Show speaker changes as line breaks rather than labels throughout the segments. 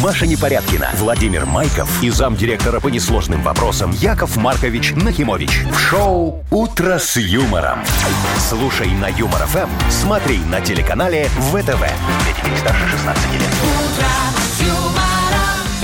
Маша Непорядкина, Владимир Майков и замдиректора по несложным вопросам Яков Маркович Нахимович. В шоу «Утро с юмором». Слушай на Юмор ФМ, смотри на телеканале ВТВ. Для детей старше 16 лет.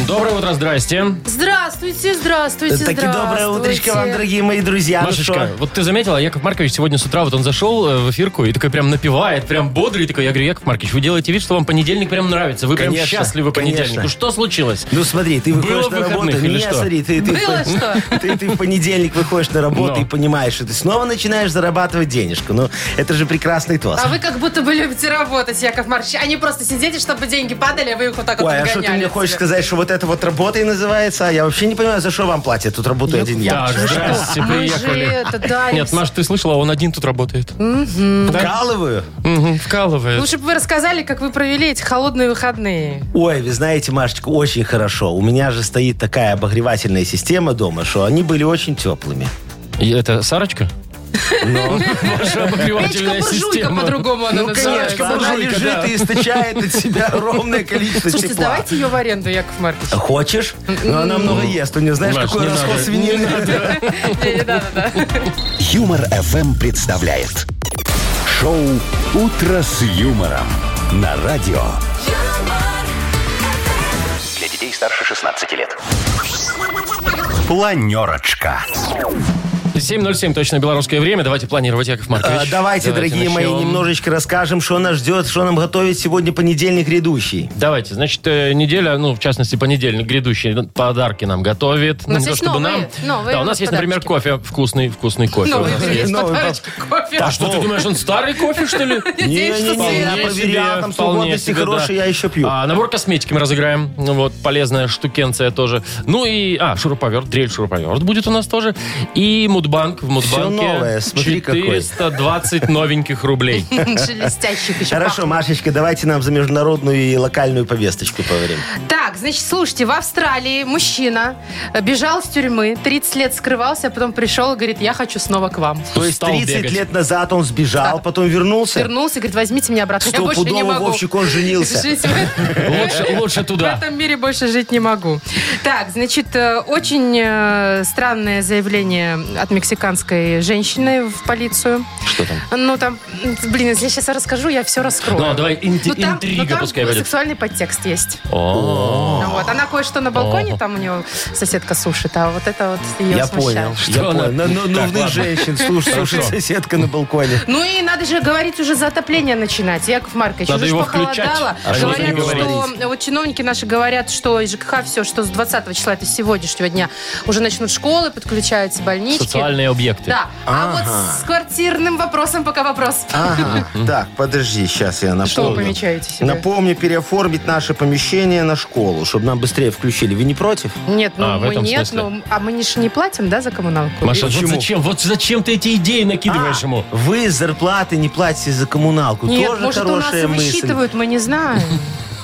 Доброе утро, здрасте.
Здравствуйте, здравствуйте,
Так и
здравствуйте.
доброе утречко вам, дорогие мои друзья. Ну
Машечка,
что?
вот ты заметила, Яков Маркович сегодня с утра, вот он зашел э, в эфирку и такой прям напевает, прям бодрый такой. Я говорю, Яков Маркович, вы делаете вид, что вам понедельник прям нравится. Вы прям
Конечно,
счастливы понедельник.
конечно.
Ну что случилось?
Ну смотри, ты выходишь на работу.
выходных или
Не,
что?
смотри, ты, ты,
Было
ты-
что?
ты- ты в понедельник выходишь на работу
Ну.
и понимаешь, что ты снова начинаешь зарабатывать денежку. Ну, это же прекрасный тост.
А вы как будто бы любите работать, Яков Маркович, а не просто сидите, чтобы деньги падали, а вы их вот так вот
Ой, а что
выгоняли
ты мне
отсюда.
хочешь сказать, что вот это вот работой называется? А Я вообще не понимаю, за что вам платят. Тут работаю один я.
Так, здрасте,
Мы же
приехали.
это, да,
Нет,
не-
Маш, ты слышала, он один тут работает.
Вкалываю.
Мгм, Вкалывает.
Лучше бы Ну, вы рассказали, как вы провели эти холодные выходные.
Ой, вы знаете, Машечка, очень хорошо. У меня же стоит такая обогревательная система дома, что они были очень теплыми.
И Это Сарочка?
Ну.
Ваша обогревательная
Печка-буржуйка
система.
по-другому она называется.
конечно,
она
буржуйка,
лежит
да.
и источает от себя огромное количество
Слушайте,
тепла.
сдавайте ее в аренду, Яков Маркович.
Хочешь? Но она много ест. У нее, знаешь,
Маш,
какой
Ну, не
раскол
надо.
свинины.
Не, не надо, да.
Юмор ФМ представляет. Шоу «Утро с юмором» на радио. Для детей старше 16 лет. Планерочка.
7.07, точно белорусское время. Давайте планировать, Яков
А,
Маркович.
Давайте, дорогие мои,
начнем.
немножечко расскажем, что нас ждет, что нам готовит сегодня понедельник грядущий.
Давайте, значит, э, неделя, ну, в частности, понедельник грядущий, ну, подарки нам готовит.
У
Ну,
нас
не то
есть
чтобы
новые-
нам.
новые
да, у нас есть, например, кофе. Вкусный, вкусный кофе. у
Новые
нас есть.
привез
новый
подарочки, кофе.
А что ты думаешь, он старый кофе, что ли?
Надеюсь, что цвет.
Не-не-не, я
Вполне
проверял,
себе,
там срок
вполне
годности
себе, да.
хороший, я еще пью.
А, набор косметики мы разыграем. Ну вот, полезная штукенция тоже. Ну и, а, шуруповерт, дрель шуруповерт будет у нас тоже. И мудбанк в
Всё
мудбанке.
новое, смотри, какой.
420 новеньких рублей.
Шелестящих еще
Хорошо, Машечка, давайте нам за международную и локальную повесточку поговорим.
Так, значит, слушайте, в Австралии мужчина э, бежал из тюрьмы, 30 лет скрывался, а потом пришел и говорит, я хочу снова к вам.
То есть
Стал
30
бегать.
лет назад он сбежал, потом вернулся.
Вернулся и говорит, возьмите меня обратно, я больше не
Стопудово,
могу.
Вовчик, он женился.
Жить в
Лучше, лучше
в
туда.
этом мире больше жить не могу. Так, значит, э, очень э, странное заявление от мексиканской женщины в полицию.
Что там?
Ну, там, м, блин, если я сейчас расскажу, я все раскрою.
Ну, давай инти-
Ну, там- ну,
интрига
там
пускай будет.
сексуальный подтекст есть.
О,
Ну Вот. Она кое-что на балконе,
О.
там у нее соседка сушит, а вот это вот ее
Я
смущает.
понял,
Что
я
она-
понял. Ну, ну,
Так,
нужны
ладно.
женщин. Слушай, слушай,
Хорошо.
соседка на балконе.
Ну и надо же говорить уже за отопление начинать. Яков Маркович,
Надо
уже ж
его
похолодало.
включать, а
что
говорят,
не
что
говорить.
вот чиновники наши говорят, что из ЖКХ все, что с 20 числа, это с сегодняшнего дня, уже начнут школы, подключаются больнички.
социальные объекты.
Да. А вот с квартирным вопросом пока вопрос.
А
Ага. Так, подожди, сейчас я напомню.
Что вы помечаете себе?
Напомню, переоформить наше помещение на школу, чтобы нам быстрее включили. Вы не против?
Нет, ну
А, в
мы
этом
нет,
смысле.
ну, а мы ж не платим, да, за коммуналку?
Маша, вот
Почему?
зачем, вот зачем ты эти идеи накидываешь
А,
ему?
Вы зарплаты не платите за коммуналку.
Нет,
Ну, Тоже
может, у нас
хорошая
и
мысль.
высчитывают, мы не знаем.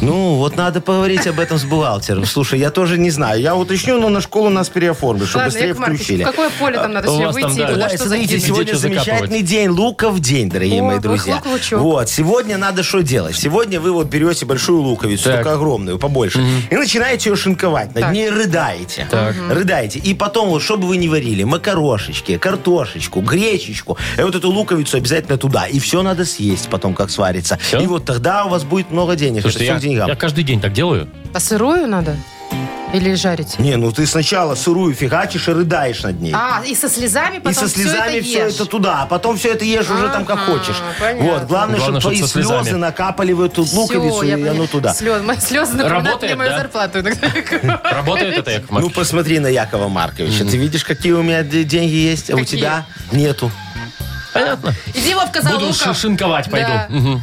Ну, вот надо поговорить об этом с бухгалтером. Слушай, я тоже не знаю. Я уточню, но на школу нас переоформят, чтобы
Ладно,
быстрее
Яков Маркович,
включили. А,
в какое поле там надо
у
себе
вас там,
выйти
Э,
да.
и куда
Ой,
что
смотрите,
закинуть?
закидывать?
сегодня
Где что
замечательный
закапывать?
день, луков день, дорогие
О,
мои
лук,
друзья.
лук, лучок.
Вот, сегодня надо что делать? Сегодня вы вот берете большую луковицу,
Так.
только огромную, побольше, и начинаете ее шинковать. Над
Так.
ней рыдаете.
Так.
Рыдаете. И потом, вот, чтобы вы не варили, макарошечки, картошечку, гречечку, и вот эту луковицу обязательно туда. И все надо съесть потом, как сварится.
Всё?
И вот тогда у вас будет много денег.
Слушайте,
Это всё к
я,
деньгам.
я каждый день так делаю.
А сырую надо? Или жарить?
Не, ну ты сначала сырую фигачишь и рыдаешь над ней.
А, и со слезами потом
и со слезами
все это
все
ешь.
это туда, а потом все это ешь уже там как
Ага,
хочешь.
понятно.
Вот, главное,
Главное,
чтобы
чтоб
твои
со слезами.
слезы накапливают тут
Всё,
луковицу,
я
и
поняла.
оно туда.
Слез, мои слезы напоминают
Работает,
мне мою
да?
зарплату. иногда.
Работает это, Яков
Ну,
Маркович?
посмотри на Якова Марковича. Ты видишь, какие у меня де- деньги есть, а у
Какие?
тебя нету.
Понятно.
Иди, Вовка, за
Буду
луком.
шинковать пойду.
Ну, Да.
Мгм.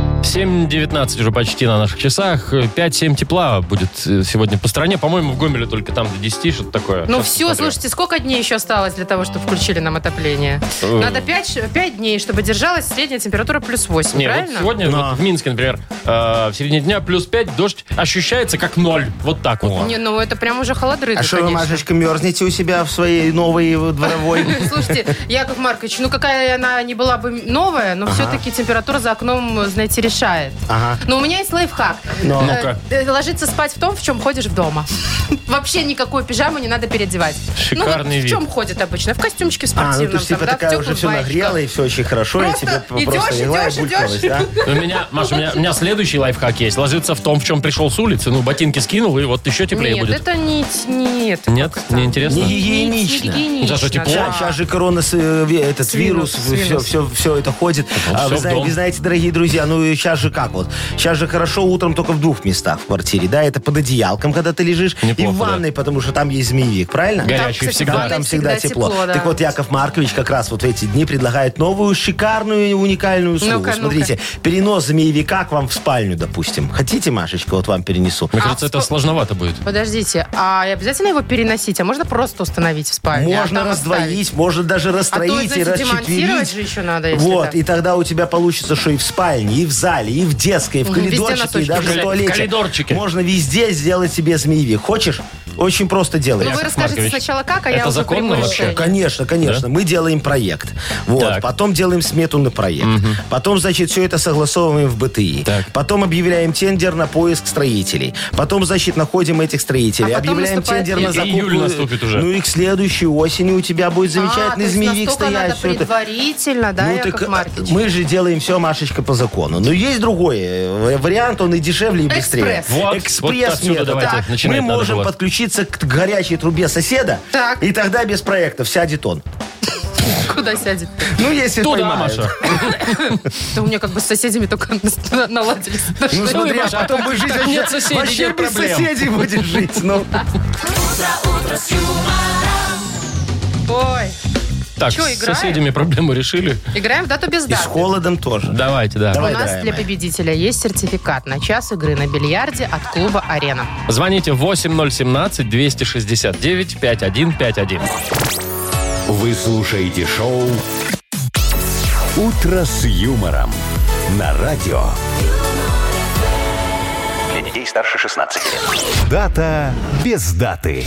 7.19 уже почти на наших часах. 5-7 тепла будет э, сегодня по стране. По-моему, в Гомеле только там до 10, что-то такое.
Ну
Щас
все,
посмотрю.
слушайте, сколько дней еще осталось для того, чтобы включили нам отопление?
Э.
Надо 5, дней, чтобы держалась средняя температура плюс 8,
Не, вот
правильно?
сегодня
Да.
вот в Минске, например, э, в середине дня плюс 5, дождь ощущается как ноль. Вот так вот.
Не, ну это прям уже холодрыга,
А что вы,
конечно.
Машечка, мерзнете у себя в своей новой дворовой?
Слушайте, Яков Маркович, ну какая она не была бы новая, но все-таки температура за окном, знаете, решает.
Ага.
Но у меня есть лайфхак.
Ну.
Э,
Ну-ка.
э, Ложиться спать в том, в чем ходишь в дома. Вообще никакую пижаму не надо переодевать. ну, вот
Шикарный
в
вид.
чем ходят обычно? В костюмчике
А, ну
спортивном.
ты ж типа
там, да, в
такая уже
тёплых
все
баечках.
нагрела, и все очень хорошо, и
Просто
тебе
идёшь,
просто легла и
идёшь,
булькалась,
идёшь.
да?
У меня, Маша, у меня, у меня следующий лайфхак есть. Ложиться в том, в чем пришел с улицы. Ну, ботинки скинул, и вот еще теплее
Нет,
будет.
это не... Нет,
Нет? Неинтересно?
Не
Гигиенично.
гигиенично.
Зато тепло.
да.
Сейчас, же корона, с, э, ви- этот
Свинус,
вирус, все,
свинус.
все, все это ходит. А
всё
вы,
в
знаете,
дом.
вы знаете, дорогие друзья, ну сейчас же как вот? Сейчас же хорошо утром только в двух местах в квартире, да? Это под одеялком, когда ты лежишь, и
Неплохо,
в ванной, потому что там есть змеевик, правильно?
Горячий
Там, кстати,
всегда.
в
Да,
ванной
там всегда, тепло.
да.
Так вот, Яков Маркович как раз вот в эти дни предлагает новую шикарную и уникальную услугу.
Ну-ка, ну-ка.
Смотрите, перенос змеевика к вам в спальню, допустим. Хотите, Машечка, вот вам перенесу?
Мне кажется,
А,
это
вспом-
сложновато будет.
Подождите, а обязательно его переносить? А можно просто установить в спальне? а
Можно
там оставить?
раздвоить, можно даже
А то,
расстроить и
знаете, демонтировать
расчетверить.
же еще надо, если
Вот,
так.
и тогда у тебя получится, что и в спальне, и в зале, и в детской, и в
Мгм, везде
коридорчике, и
носочки
даже
гуляют.
в туалете.
В коридорчике.
Можно везде сделать себе змеевик. Хочешь? Очень просто делаешь.
Ну, вы
Яков
расскажите
Маркович,
сначала как, а
это
я уже
законно
приму
вообще?
решение.
Конечно, конечно. Мы делаем проект. Вот.
Так.
Потом делаем смету на проект. Потом, значит, все это согласовываем в БТИ.
Так.
Потом объявляем тендер на поиск строителей. Потом, значит, находим этих строителей.
А потом
объявляем
наступает
тендер на
И-
закупку.
июль наступит уже.
Ну и к следующей осени у тебя будет
А, то
замечательный
есть
змеевик
настолько
стоять.
надо
всё это.
предварительно, да,
Ну,
Яков
так,
Маркович?
Мы же делаем все, Машечка, по закону. Но есть другой э, вариант, он и дешевле, и быстрее.
Экспресс.
Вот, вот отсюда
метод.
давайте
Так.
начинать
Мы
надо
можем
было.
подключиться к горячей трубе соседа,
Так.
и тогда без проектов сядет он.
Куда сядет?
Ну, если
Туда,
поймают.
Маша.
Да у меня как бы с соседями только на- наладились.
Ну,
отношения.
смотри, а потом будешь жить
Нет
вообще,
соседей,
вообще
нет
без
проблем.
соседей будешь жить. Ну,
Ой,
Так,
Чё,
с
играем?
соседями проблему решили.
играем в дату без
и с
даты.
холодом тоже.
Давайте, да.
У
Давай,
нас
дорогая
для
моя.
победителя есть сертификат на час игры на бильярде от клуба «Арена».
Звоните 8017-269-5151.
Вы слушаете шоу «Утро с юмором» на радио.
Для детей старше 16 лет.
Дата без даты.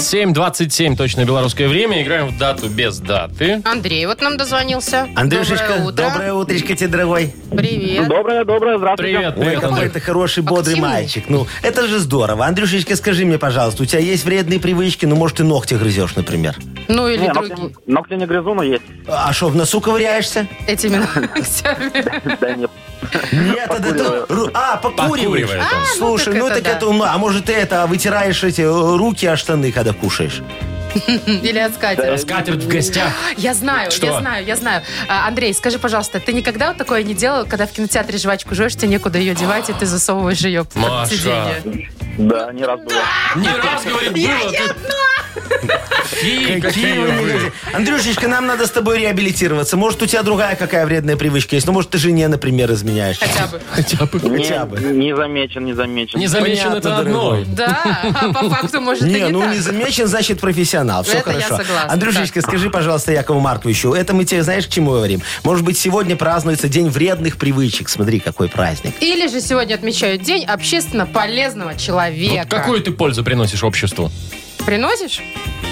7.27, точно белорусское время. Играем в дату без даты.
Андрей вот нам дозвонился.
Андрюшечка,
доброе утро.
доброе утречко тебе, дорогой.
Привет.
Доброе, доброе, здравствуйте.
Привет,
Ой,
привет,
какой
Андрей.
ты хороший, бодрый
Активный.
мальчик. Ну, это же здорово. Андрюшечка, скажи мне, пожалуйста, у тебя есть вредные привычки? Ну, может, ты ногти грызешь, например.
Ну или
Не,
другие.
ногти, ногти не грызу, но есть.
А что, в носу ковыряешься?
Этими ногтями.
Да нет.
Нет, это
Покуриваю.
ты... ру- А, покуриваешь.
Покуривает он.
А, ну
Слушай,
так
ну
это
так
да.
это... умно. А может, ты это вытираешь эти э, руки о штаны, когда кушаешь?
Или от скатерть.
Скатерть в гостях.
Я знаю,
Что?
я знаю, я знаю. А, Андрей, скажи, пожалуйста, ты никогда вот такое не делал, когда в кинотеатре жвачку жуешь, тебе некуда ее девать, и ты засовываешь ее под
Маша.
сиденье?
Да, не раз было.
Не раз говорит, было. ты- Фи, какие
вы
вы.
люди. Андрюшечка, нам надо с тобой реабилитироваться. Может, у тебя другая какая вредная привычка есть? Ну, может, ты жене, например, изменяешь.
Хотя бы.
Хотя бы.
Хотя
не,
бы.
не замечен, не замечен.
Не замечен
Понятно,
это одно.
дорогой.
Да, а по факту, может, и
Не,
не
ну не
так.
замечен, значит профессионал. Все
Это я
хорошо.
согласна,
Андрюшечка, скажи, пожалуйста, Якову Марковичу, это мы тебе знаешь, к чему говорим? Может быть, сегодня празднуется День вредных привычек. Смотри, какой праздник.
Или же сегодня отмечают День общественно полезного человека.
Вот какую ты пользу приносишь обществу?
Приносишь?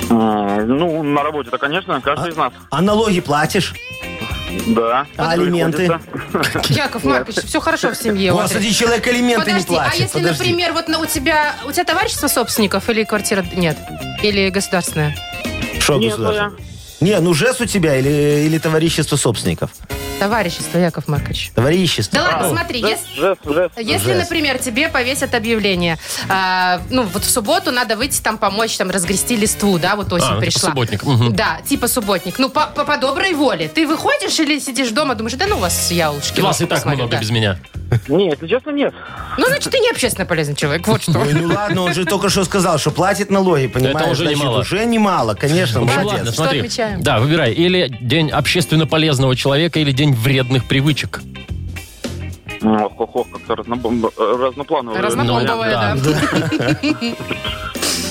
М, Ну, на работе-то, конечно, каждый из нас.
А налоги платишь?
Да.
А алименты?
Приходится.
Яков Маркович, все хорошо в семье. у Андрея.
Господи, человек алименты не
Подожди,
платит.
а если,
Подожди.
например, вот на- у тебя у тебя товарищество собственников или квартира нет? Или государственная?
Шо,
Нет,
государство? Не, ну жест у тебя или, или товарищество собственников?
Товарищество, Яков Маркович.
Товарищество.
Да ладно,
А,
смотри,
жест,
если...
жест, жест.
Если,
Жесть.
например, тебе повесят объявление, а, ну, вот в субботу надо выйти там помочь, там, разгрести листву, да, вот осень
А, ну, типа
пришла.
субботник, мгм.
Да, типа субботник. Ну, по, по- по доброй воле. Ты выходишь или сидишь дома, думаешь, да ну у вас я лучше.
Вас и так много без меня.
Не, если честно, нет.
Ну, значит, ты не общественно полезный человек, вот что.
Ой, ну ладно, он же только что сказал, что платит налоги, понимаешь?
уже
Значит,
немало.
Уже немало, конечно,
В общем,
молодец.
ладно,
Что
смотри.
отмечаем?
Да, выбирай. Или день общественно полезного человека, или день вредных привычек.
Ох, ох, ох, как-то разнобом- разноплановое.
Разно-
Разнобомбовая,
да.
да.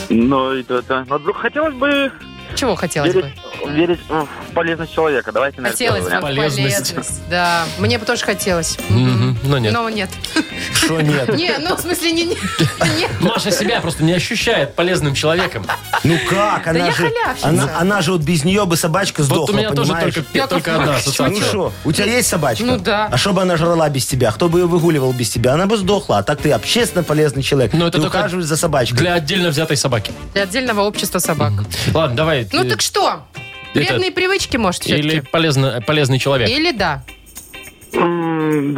Но это, это- но вдруг хотелось бы
Чего хотелось бы?
верить, верить в полезность человека. Давайте на
Хотелось бы. в
Полезность.
полезность, Да, мне бы тоже хотелось.
Мгм, но нет.
Но нет.
Что нет?
Не, ну в смысле не... не- Нет.
Маша себя просто не ощущает полезным человеком.
Ну как? Она
я
же,
халявщица.
она, она же вот без нее бы собачка сдохла,
Вот у меня тоже
понимаешь?
только,
Яков
только одна
Маркович,
ассоциация.
Ну что, у тебя есть собачка?
Ну да.
А что бы она жрала без тебя? Кто бы ее выгуливал без тебя? Она бы сдохла. А так ты общественно полезный человек.
Но это
ты
только
ухаживаешь за собачкой.
Для отдельно взятой собаки.
Для отдельного общества собак.
Ладно, давай.
Ну
э,
так что?
это-
Вредные привычки, может,
Или
все-таки?
полезно- полезный человек.
Или да.
М,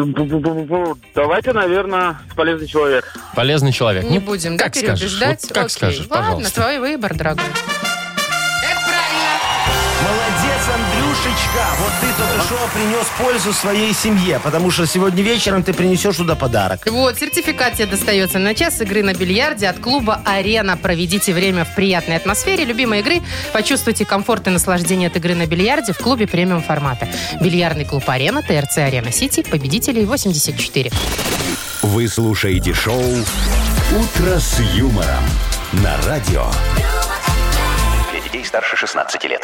Давайте, наверное, полезный человек.
Полезный человек.
Не
Ну,
будем,
как
да,
скажешь,
переубеждать.
вот как
Окей.
скажешь,
Ладно,
пожалуйста.
твой выбор, дорогой. Это правильно.
Молодец, Андрюшечка! Вот ты только что принес пользу своей семье, потому что сегодня вечером ты принесешь туда подарок.
Вот, сертификат тебе достается на час игры на бильярде от клуба «Арена». Проведите время в приятной атмосфере любимой игры. Почувствуйте комфорт и наслаждение от игры на бильярде в клубе премиум формата. Бильярдный клуб «Арена», ТРЦ «Арена Сити», победителей 84.
Вы слушаете шоу «Утро с юмором» на радио.
Для детей старше 16 лет.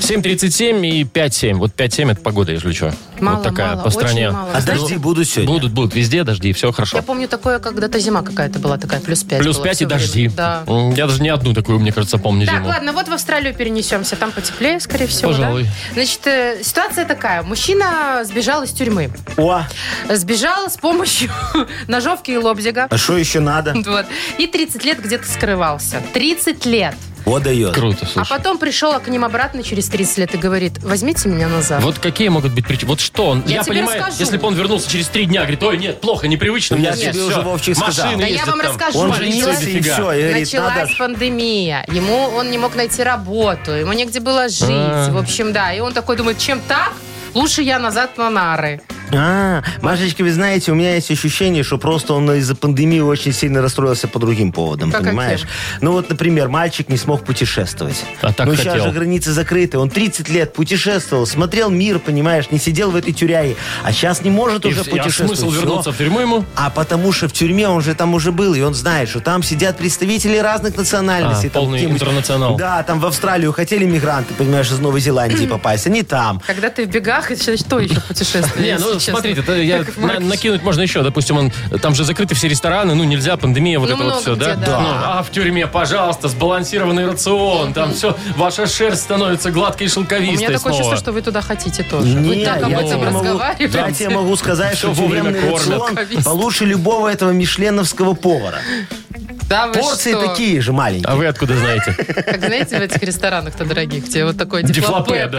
7.37 и 5.7. Вот 5.7 это погода, если что.
Мало,
вот такая
мало,
по стране.
очень мало.
А дожди будут сегодня.
Будут, будут везде дожди, и все хорошо.
Я помню такое, когда-то зима какая-то была такая, плюс 5.
Плюс 5 и дожди.
Да.
М, Я даже не одну такую, мне кажется, помню
Так,
зиму.
ладно, вот в Австралию перенесемся, там потеплее, скорее всего. да?
Пожалуй.
Значит, э, ситуация такая. Мужчина сбежал из тюрьмы.
О,
Сбежал с помощью ножовки и лобзика.
а что еще надо?
Вот. И 30 лет где-то скрывался. 30 лет.
Вот дает.
Круто,
А
слушай.
потом пришел к ним обратно через 30 лет и говорит, возьмите меня назад.
Вот какие могут быть причины? Вот что он?
Я
Я,
тебе
понимаю,
расскажу.
если бы он вернулся через три дня, говорит, ой, нет, плохо, непривычно. у меня
Я
здесь
тебе
всё.
уже, Вовчик,
Машины
сказал.
Да я
ездят
вам
там.
расскажу.
Он
Полиция
женился и
дофига.
все. И говорит, надо...
Началась пандемия. Ему он не мог найти работу, ему негде было жить.
А.
В общем, да. И он такой думает, чем так? Лучше я назад на нары.
А, Машечка, вы знаете, у меня есть ощущение, что просто он из-за пандемии очень сильно расстроился по другим поводам,
Как
понимаешь? Ну вот, например, мальчик не смог путешествовать.
А так
Но сейчас
хотел.
же границы закрыты. Он 30 лет путешествовал, смотрел мир, понимаешь, не сидел в этой тюряге. А сейчас не может
И
уже
вс- и а
путешествовать.
смысл
Всё.
вернуться в тюрьму ему?
А потому что в тюрьме он же там уже был, и он знает, что там сидят представители разных национальностей.
А,
там
полный
какие-нибудь-
интернационал.
Да, там в Австралию хотели мигранты, понимаешь, из Новой Зеландии попасть. Они там.
Когда ты в бегах, это что еще путешествие?
Не, ну
если честно?
смотрите, это я-
Яков
на-
Маркович.
накинуть можно еще. Допустим, он там же закрыты все рестораны, ну нельзя, пандемия, вот
Ну,
это вот
много
все, да?
где, да.
Ну, а в тюрьме, пожалуйста, сбалансированный рацион, там все, ваша шерсть становится гладкой и
У
шелковистой
меня такое
снова.
чувство, что вы туда хотите тоже. Вы
Не,
так об
я
этом
тебе могу- Я
разговариваете.
тебе могу сказать,
Всё
что
вовремя
тюремный
кормят.
рацион получше любого этого мишленовского повара.
Да вы
Порции
что?
такие же маленькие.
А вы откуда знаете?
Как знаете, в этих ресторанах-то дорогих, где вот такое
Дифлопе,
дифлопе
да.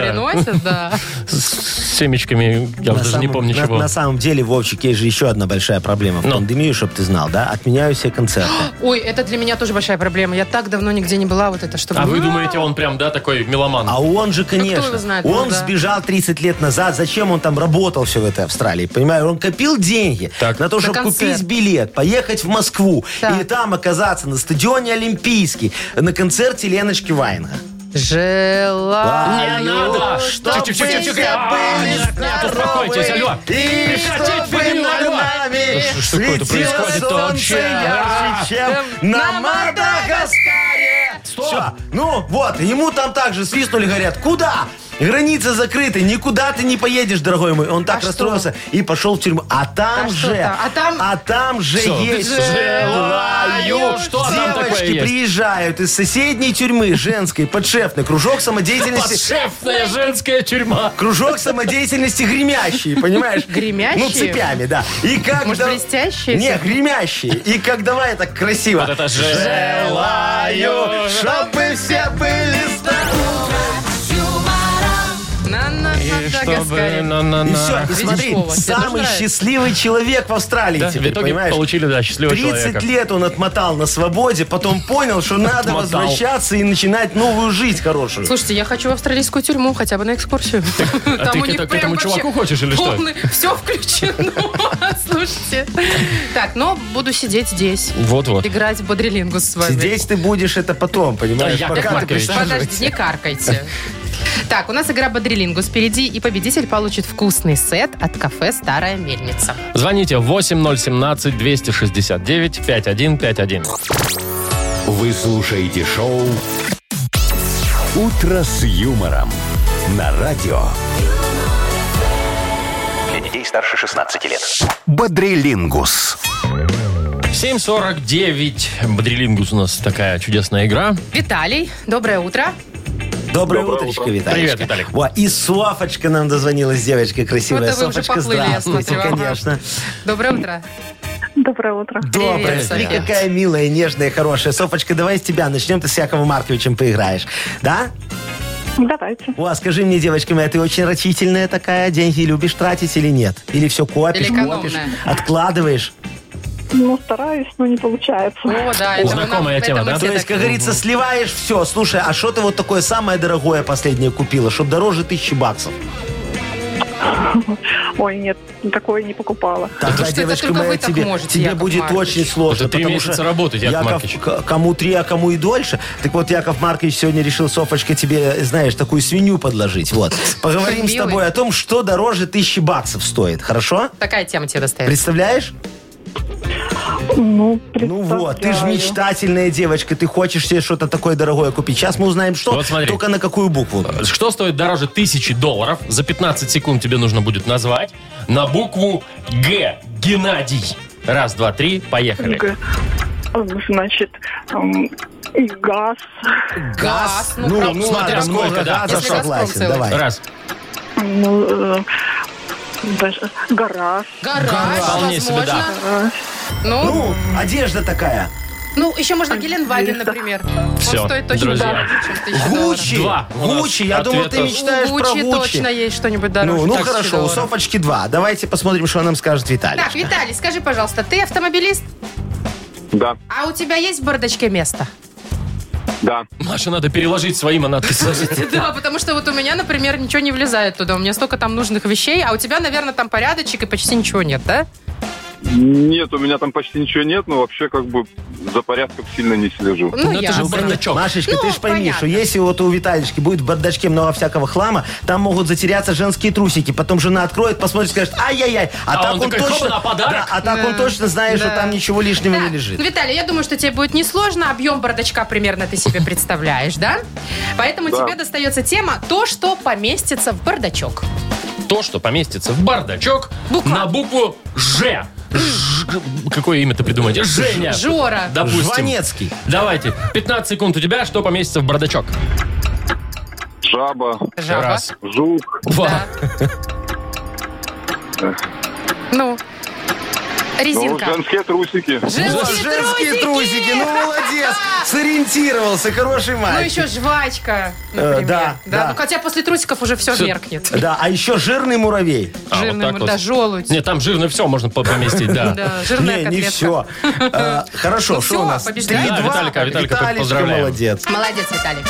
приносят, да.
С с семечками, я
На
даже не
самом-
помню
на-
чего.
На самом деле, Вовчик, есть же еще одна большая проблема в
Ну.
пандемию, чтобы ты знал, да? Отменяю все концерты.
Ой, это для меня тоже большая проблема. Я так давно нигде не была, вот это чтобы...
А вы думаете, он прям, да, такой меломан?
А он же, конечно,
его знает, ну
он
да.
сбежал 30 лет назад. Зачем он там работал все в этой Австралии? Понимаешь, он копил деньги
Так.
на то,
На
чтобы
концерт.
купить билет, поехать в Москву
Так.
и там оказаться на стадионе Олимпийский на концерте Леночки Вайна.
Не
Желаю.
надо!
Что
Тихо, тихо, тихо,
вы
тихо. А,
забыли
нет, нет, успокойтесь, алло.
И
Прекратить перед алло. Что ж такое-то происходит-то вообще? а?
Эм,
чем на Мадагаскаре. Все, ну вот, ему там также свистнули, говорят, куда? Границы закрыты, никуда ты не поедешь, дорогой мой. Он так
А
расстроился и пошел в тюрьму. А там
А что
же,
там? А там-
там же
Всё.
есть
Желаю. Что там такое
Девочки
есть?
приезжают из соседней тюрьмы женской подшефной кружок самодеятельности.
Подшефная женская тюрьма.
Кружок самодеятельности гремящие, понимаешь?
Гремящие?
Ну, цепями, да. И как
Может,
да-
блестящие?
Не, гремящие. И как давай так красиво.
Вот это желаю,
чтобы все были
На на
И чтобы...
Мадагаскаре.
И
на-на-на.
все, и смотри,
Вова, тебе тоже
самый
нравится?
счастливый человек в Австралии
Да, в
теперь,
итоге
понимаешь?
получили, да, счастливого
30
человека.
лет он отмотал на свободе, потом понял, что надо
Отмотал.
возвращаться и начинать новую жизнь хорошую.
Слушайте, я хочу в австралийскую тюрьму хотя бы на экскурсию.
А ты к это- к этому чуваку хочешь или что?
Все включено. Слушайте. Так, но буду сидеть здесь.
Вот-вот.
Играть в бодрелингу с вами.
Здесь ты будешь это потом, понимаешь?
Да, Яков
пока ты
Маркович,
присаживаешься.
Подождите, не каркайте. Так, у нас игра Бодрилингус впереди, и победитель получит вкусный сет от кафе «Старая мельница».
Звоните 8017-269-5151.
Вы слушаете шоу «Утро с юмором» на радио
Для детей старше 16 лет.
«Бодрилингус».
7.49. Бодрилингус у нас такая чудесная игра.
Виталий, доброе утро.
Доброе, утречко, Виталий.
Привет, Виталик.
О, и Софочка нам дозвонилась, девочка красивая.
Вот вы уже
Софочка,
поплыли, я
здравствуйте,
смотрю, ага.
конечно.
Доброе утро.
Доброе утро.
Добрая,
Софья.
ты какая милая, нежная, хорошая. Софочка, давай с тебя начнем, ты с Яковом Марковичем поиграешь. Да?
Давайте.
О, а скажи мне, девочка моя, ты очень рачительная такая, деньги любишь тратить или нет? Или все копишь,
Или экономная?
копишь, откладываешь?
Ну, стараюсь, но не получается.
О, да,
О,
это вы
знакомая
нам- это
тема,
мы
да?
все
То есть,
так-
как говорится, сливаешь все. Слушай, а что ты вот такое самое дорогое последнее купила, чтоб дороже тысячи баксов?
Ой, нет, такое не покупала.
Тогда,
что это
девочка
только
моя,
вы так
тебе,
можете,
тебе
Яков
будет
Маркович.
очень сложно.
Это три
потому
месяца
что
работать, Яков Маркович.
к- Кому три, а кому и дольше. Так вот, Яков Маркович сегодня решил, Софочка, тебе, знаешь, такую свинью подложить. Вот. Поговорим с
Милый.
тобой о том, что дороже тысячи баксов стоит. Хорошо?
Такая тема тебе стоит.
Представляешь?
Ну,
Ну вот, ты же
представляю.
мечтательная девочка, ты хочешь себе что-то такое дорогое купить. Сейчас мы узнаем, что,
Вот смотри. Э,
только на какую букву.
Что стоит дороже тысячи долларов? За 15 секунд тебе нужно будет назвать на букву Г. Геннадий. Раз, два, три, поехали.
Г- Значит, эм, и газ.
Газ, ну,
ну,
правда,
ну
смотря
ладно,
сколько,
много
да.
газа,
Если газ
согласен,
промцелый.
давай.
Раз.
Ну, э, даже гараж.
Гараж,
Вполне себе, да.
возможно.
гараж.
Ну,
Ну, одежда такая.
ну, еще можно Геленваген, например.
Всё,
Он стоит точно
друзья.
дороже, чем тысяча долларов.
Гуччи.
Два. У нас
Гуччи, я думал, ты
ответа.
мечтаешь
У
про
Гуччи
Гуччи.
точно есть что-нибудь дороже.
Ну, ну
чем тысяча
хорошо, у
долларов.
Софочки два. Давайте посмотрим, что нам скажет Виталий.
Так, Виталий, скажи, пожалуйста, ты автомобилист?
Да,
А у тебя есть в бардачке место?
да.
Маша, надо переложить своим, она отписалась.
Да, потому что вот у меня, например, ничего не влезает туда. У меня столько там нужных вещей, а у тебя, наверное, там порядочек и почти ничего нет, да?
Нет, у меня там почти ничего нет, но вообще как бы за порядком сильно не слежу.
Ну,
Ну, это же
ясно.
бар- бардачок.
Машечка,
Ну,
ты же пойми,
понятно.
что если вот у Виталички будет в бардачке много всякого хлама, там могут затеряться женские трусики. Потом жена откроет, посмотрит, скажет, ай-яй-яй. А,
А
так
он
он,
такой,
точно,
«Хоба, на подарок!»
Да, а так он
Да.
точно знает, что
Да.
там ничего лишнего не
Так,
лежит.
ну, Виталий, я думаю, что тебе будет несложно. Объем бардачка примерно ты себе представляешь, да? Поэтому
Да.
тебе достается тема «То, что поместится в бардачок».
То, что поместится в бардачок
Буква.
на букву Ж. Ж- Какое имя ты придумаете? Женя.
Жора.
Допустим.
Жванецкий.
Давайте. 15 секунд у тебя, что поместится в бардачок?
Жаба,
Жаба.
Раз.
жук,
Два.
Да. Ну,
ну,
резинка.
женские трусики.
О, Ну, женские трусики, ну молодец, сориентировался, хороший
Ну,
мальчик.
еще жвачка,
Э,
например.
да, да.
Ну, хотя после трусиков уже все,
Всё.
меркнет.
Да, а еще жирный муравей.
А, вот
Жирный,
так
мур-
вот.
да, желудь.
Нет, там жирно все можно по- поместить, да.
Да, жирная
не,
котлетка.
не все.
Ну,
Хорошо,
всё,
что у нас?
побеждаем.
Три-два.
Да, Виталика, Виталика,
Виталичка,
поздравляем.
молодец.
Молодец, Виталий.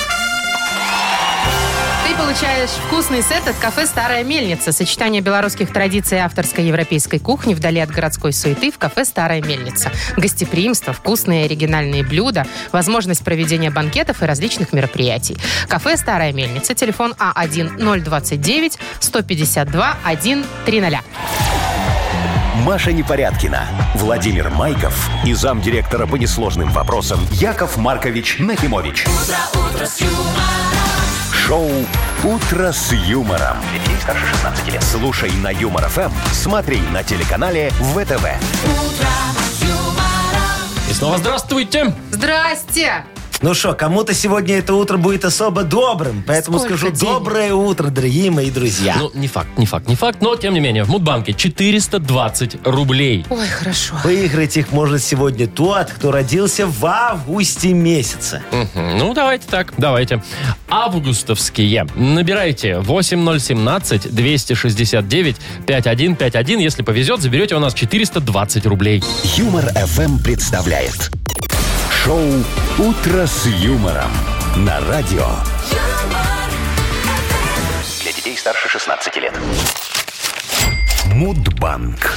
Ты получаешь вкусный сет от кафе «Старая мельница». Сочетание белорусских традиций и авторской европейской кухни вдали от городской суеты в кафе «Старая мельница». Гостеприимство, вкусные и оригинальные блюда, возможность проведения банкетов и различных мероприятий. Кафе «Старая мельница», телефон А А1-029-152-130.
Маша Непорядкина, Владимир Майков и замдиректора по несложным вопросам Яков Маркович Нахимович. Шоу Утро с юмором. Для детей старше 16 лет. Слушай на юмор ФМ, смотри на телеканале ВТВ.
И снова здравствуйте.
Здрасте!
Ну что, кому-то сегодня это утро будет особо добрым, поэтому
Сколько
скажу
денег?
доброе утро, дорогие мои друзья.
Ну, не факт, не факт, не факт, но тем не менее, в Мудбанке 420 рублей.
Ой, хорошо.
Выиграть их может сегодня тот, кто родился в августе месяце.
Мгм. Ну, давайте так, давайте. Августовские. Набирайте 8017-269-5151. Если повезет, заберете у нас 420 рублей.
Юмор ФМ представляет. Шоу Утро с юмором на радио.
Для детей старше 16 лет.
Мудбанк.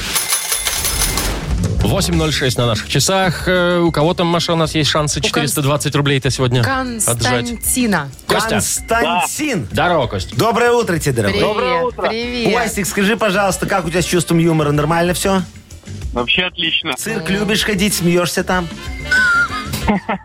8.06 на наших часах. Э, У кого там, Маша, у нас есть шансы
Конст-
420 рублей-то сегодня отжать?
Константина.
Костя,
Константин.
здорово, Костя.
Доброе утро тебе, дорогой.
Привет. Привет.
Костик, скажи, пожалуйста, как у тебя с чувством юмора? Нормально все?
Вообще отлично.
Цирк любишь ходить, смеешься там?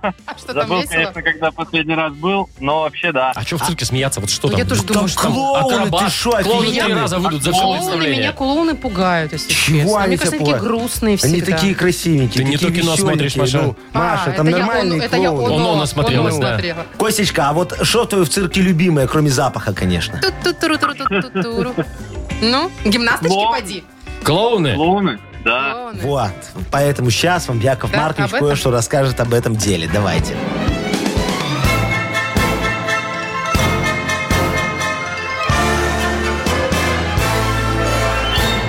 А что там весело?
когда последний раз был, но вообще да.
А что в цирке смеяться? Вот что
Ну,
там?
я тоже
Ну,
думаю, что там
клоуны,
акробат.
ты шо,
Клоуны три
офигенные?
раза выйдут за все
Клоуны меня
представление.
клоуны пугают, если
Чего
честно. Мне
они тебя
кажется, они такие
пугают?
грустные всегда.
Они такие красивенькие,
Ты не
такие
то кино смотришь,
веселенькие.
Маша.
Ну, Маша,
А,
там
это я
нормальные
он- это я
клоуны.
он-
Оно
он-
насмотрелась,
он
да.
смотрела.
Костечка, а вот что твое в цирке любимое, кроме запаха, конечно?
Ту-ту-туру-туру-ту-ту-туру. Ну, гимнасточки
Во.
поди.
Клоуны?
Клоуны?
А,
Да.
Клоуны.
Вот. Поэтому сейчас вам Яков
Да,
Маркович
об этом?
кое-что расскажет об этом деле. Давайте.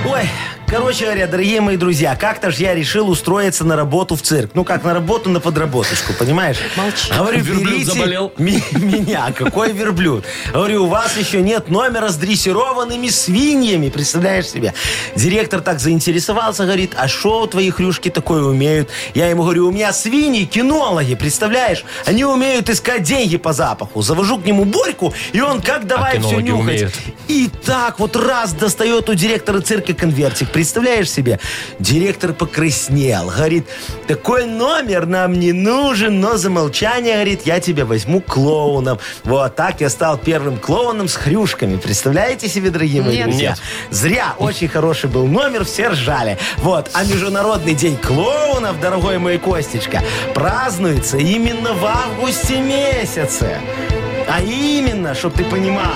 Ой, короче говоря, дорогие мои друзья, как-то же я решил устроиться на работу в цирк. Ну как, на работу, на подработочку, понимаешь?
Молчи.
Говорю,
Верблюд
берите
заболел.
ми- меня, какой верблюд. Говорю, у вас еще нет номера с дрессированными свиньями, представляешь себе? Директор так заинтересовался, говорит, а что твои хрюшки такое умеют? Я ему говорю, у меня свиньи, кинологи, представляешь? Они умеют искать деньги по запаху. Завожу к нему Борьку, и он как давай все
А кинологи
нюхать.
умеют.
И так вот раз достает у директора цирка конвертик. Представляешь себе? Директор покраснел. Говорит, такой номер нам не нужен, но за молчание, говорит, я тебя возьму клоуном. Вот так я стал первым клоуном с хрюшками. Представляете себе, дорогие мои
Нет.
друзья?
Нет.
Зря. Очень хороший был номер, все ржали. Вот. А Международный день клоунов, дорогой мой Костечка, празднуется именно в августе месяце. А именно, чтоб ты понимал,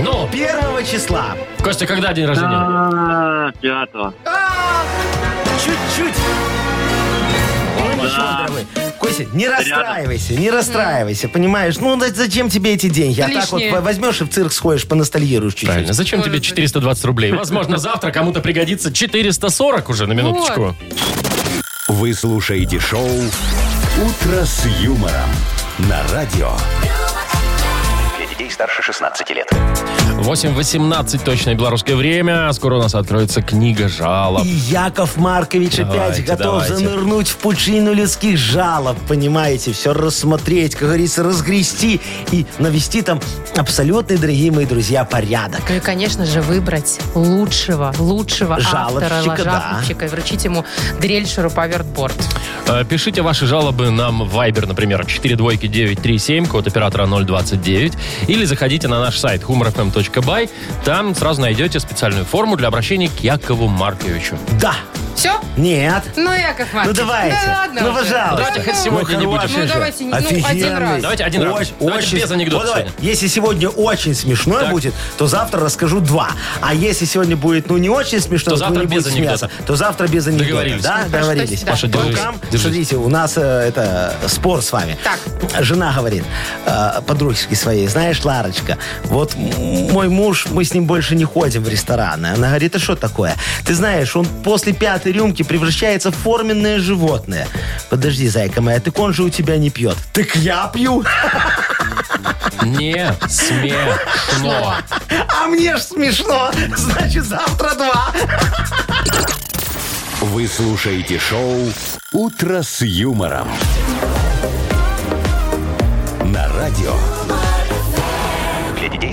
Ну,
Первого числа.
Костя, когда день рождения?
А, Пятого.
А, Чуть-чуть. Ой, Машон, дорогой. Костя, не расстраивайся, не расстраивайся, понимаешь? Ну, да зачем тебе эти деньги? А так вот
Лишние.
возьмешь и в цирк сходишь, поностальгируешь чуть-чуть.
Правильно. Зачем тебе 420 рублей? Возможно, завтра кому-то пригодится 440 уже на минуточку.
Вы слушаете шоу «Утро с юмором» на радио.
Для детей старше 16 лет.
8.18 точное белорусское время. Скоро у нас откроется книга жалоб.
И Яков Маркович
Давайте,
опять готов
давайте.
занырнуть в пучину людских жалоб, понимаете, все рассмотреть, как говорится, разгрести и навести там абсолютный, дорогие мои друзья, порядок.
Ну и, конечно же, выбрать лучшего, лучшего автора,
Жалобщика, да.
жалобщика и вручить ему дрель, шуруповерт, борт.
Э, Пишите ваши жалобы нам в Viber, например, 42937, код оператора 029. Или заходите на наш сайт humorfm.by. Там сразу найдете специальную форму для обращения к Якову Марковичу.
Да,
Все?
нет,
Ну, Яков
Ну
Маркович.
давайте.
Да ладно
ну,
уже.
пожалуйста.
Давайте хоть сегодня не будем.
хороший
Ну,
же.
давайте, ну, один
Офигенный.
раз.
Давайте один раз.
Очень-
Давайте
очень-
без анекдотов
Вот давай.
сегодня.
Если сегодня очень смешно
Так.
будет, то завтра расскажу два. А если сегодня будет, ну, не очень смешно,
То
то,
завтра
не
без
будет смеяться,
анекдотов.
то завтра без анекдотов.
Договорились.
А, Да,
Ну, хорошо,
договорились.
спасибо. Паша,
По
держись,
рукам,
держись.
смотрите, у нас э, это спор с вами.
Так.
Жена говорит э, подружке своей, знаешь, Ларочка, вот м- мой муж, мы с ним больше не ходим в рестораны. Она говорит, а что такое? Ты знаешь, он после пятой рюмки превращается в форменное животное. Подожди, зайка моя, так он же у тебя не пьет. Так я пью.
Не смешно.
А мне ж смешно. Значит, завтра два.
Вы слушаете шоу «Утро с юмором» на радио.
Для детей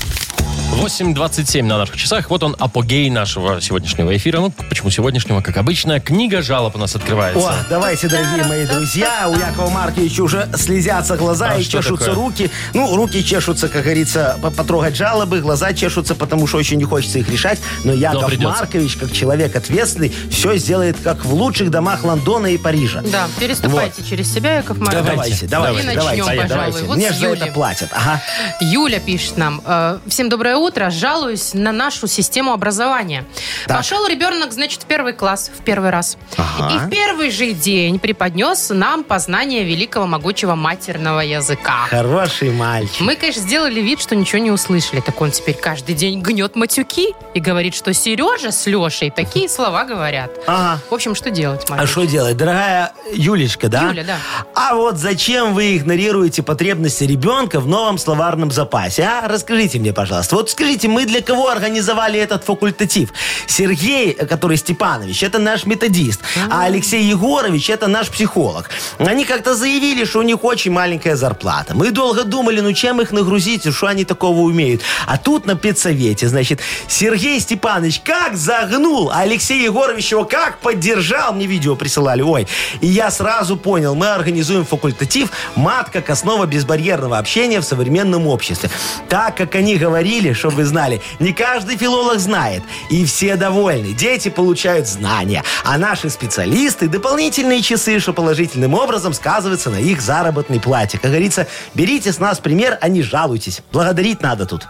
8.27 на наших часах. Вот он, апогей нашего сегодняшнего эфира. Ну, почему сегодняшнего, как обычно. Книга жалоб у нас
О,
открывается.
давайте, дорогие мои друзья, у Якова Марковича уже слезятся глаза
А
и
что
чешутся
такое?
руки. Ну, руки чешутся, как говорится, по- потрогать жалобы, глаза чешутся, потому что очень не хочется их решать. Но Яков
придется.
Маркович, как человек ответственный, все сделает, как в лучших домах Лондона и Парижа.
Да, переступайте через себя, Яков Маркович. И
Давайте, давайте, давайте,
начнем,
давайте.
пожалуй. Вот
Мне
с
же за это
Юли.
платят. Ага.
Юля пишет нам. э, Всем доброе утро. Жалуюсь на нашу систему образования.
Так.
Пошел ребенок, значит, в первый класс, в первый раз. И в первый же день преподнес нам познание великого могучего матерного языка.
Хороший мальчик.
Мы, конечно, сделали вид, что ничего не услышали. Так он теперь каждый день гнет матюки и говорит, что Сережа с Лешей такие слова говорят.
А
Ага.
В общем, что делать, Маша?
А что делать? Дорогая Юлечка, да?
Юля, да.
А вот зачем вы игнорируете потребности ребенка в новом словарном запасе? А? Расскажите мне, пожалуйста. Вот скажите, мы для кого организовали этот факультатив? Сергей, э, который Степанович, это наш методист, а Алексей Егорович, это наш психолог. Они как-то заявили, что у них очень маленькая зарплата. Мы долго думали, ну чем их нагрузить, и что они такого умеют. А тут на педсовете, значит, Сергей Степанович как загнул, а Алексей Егорович его как поддержал, мне видео присылали, ой. И я сразу понял, мы организуем факультатив «Мат как основа безбарьерного общения в современном обществе». Так, как они говорили, чтобы вы знали, не каждый филолог знает. И все довольны. Дети получают знания. А наши специалисты – дополнительные часы, что положительным образом сказывается на их заработной плате. Как говорится, берите с нас пример, а не жалуйтесь. Благодарить надо тут.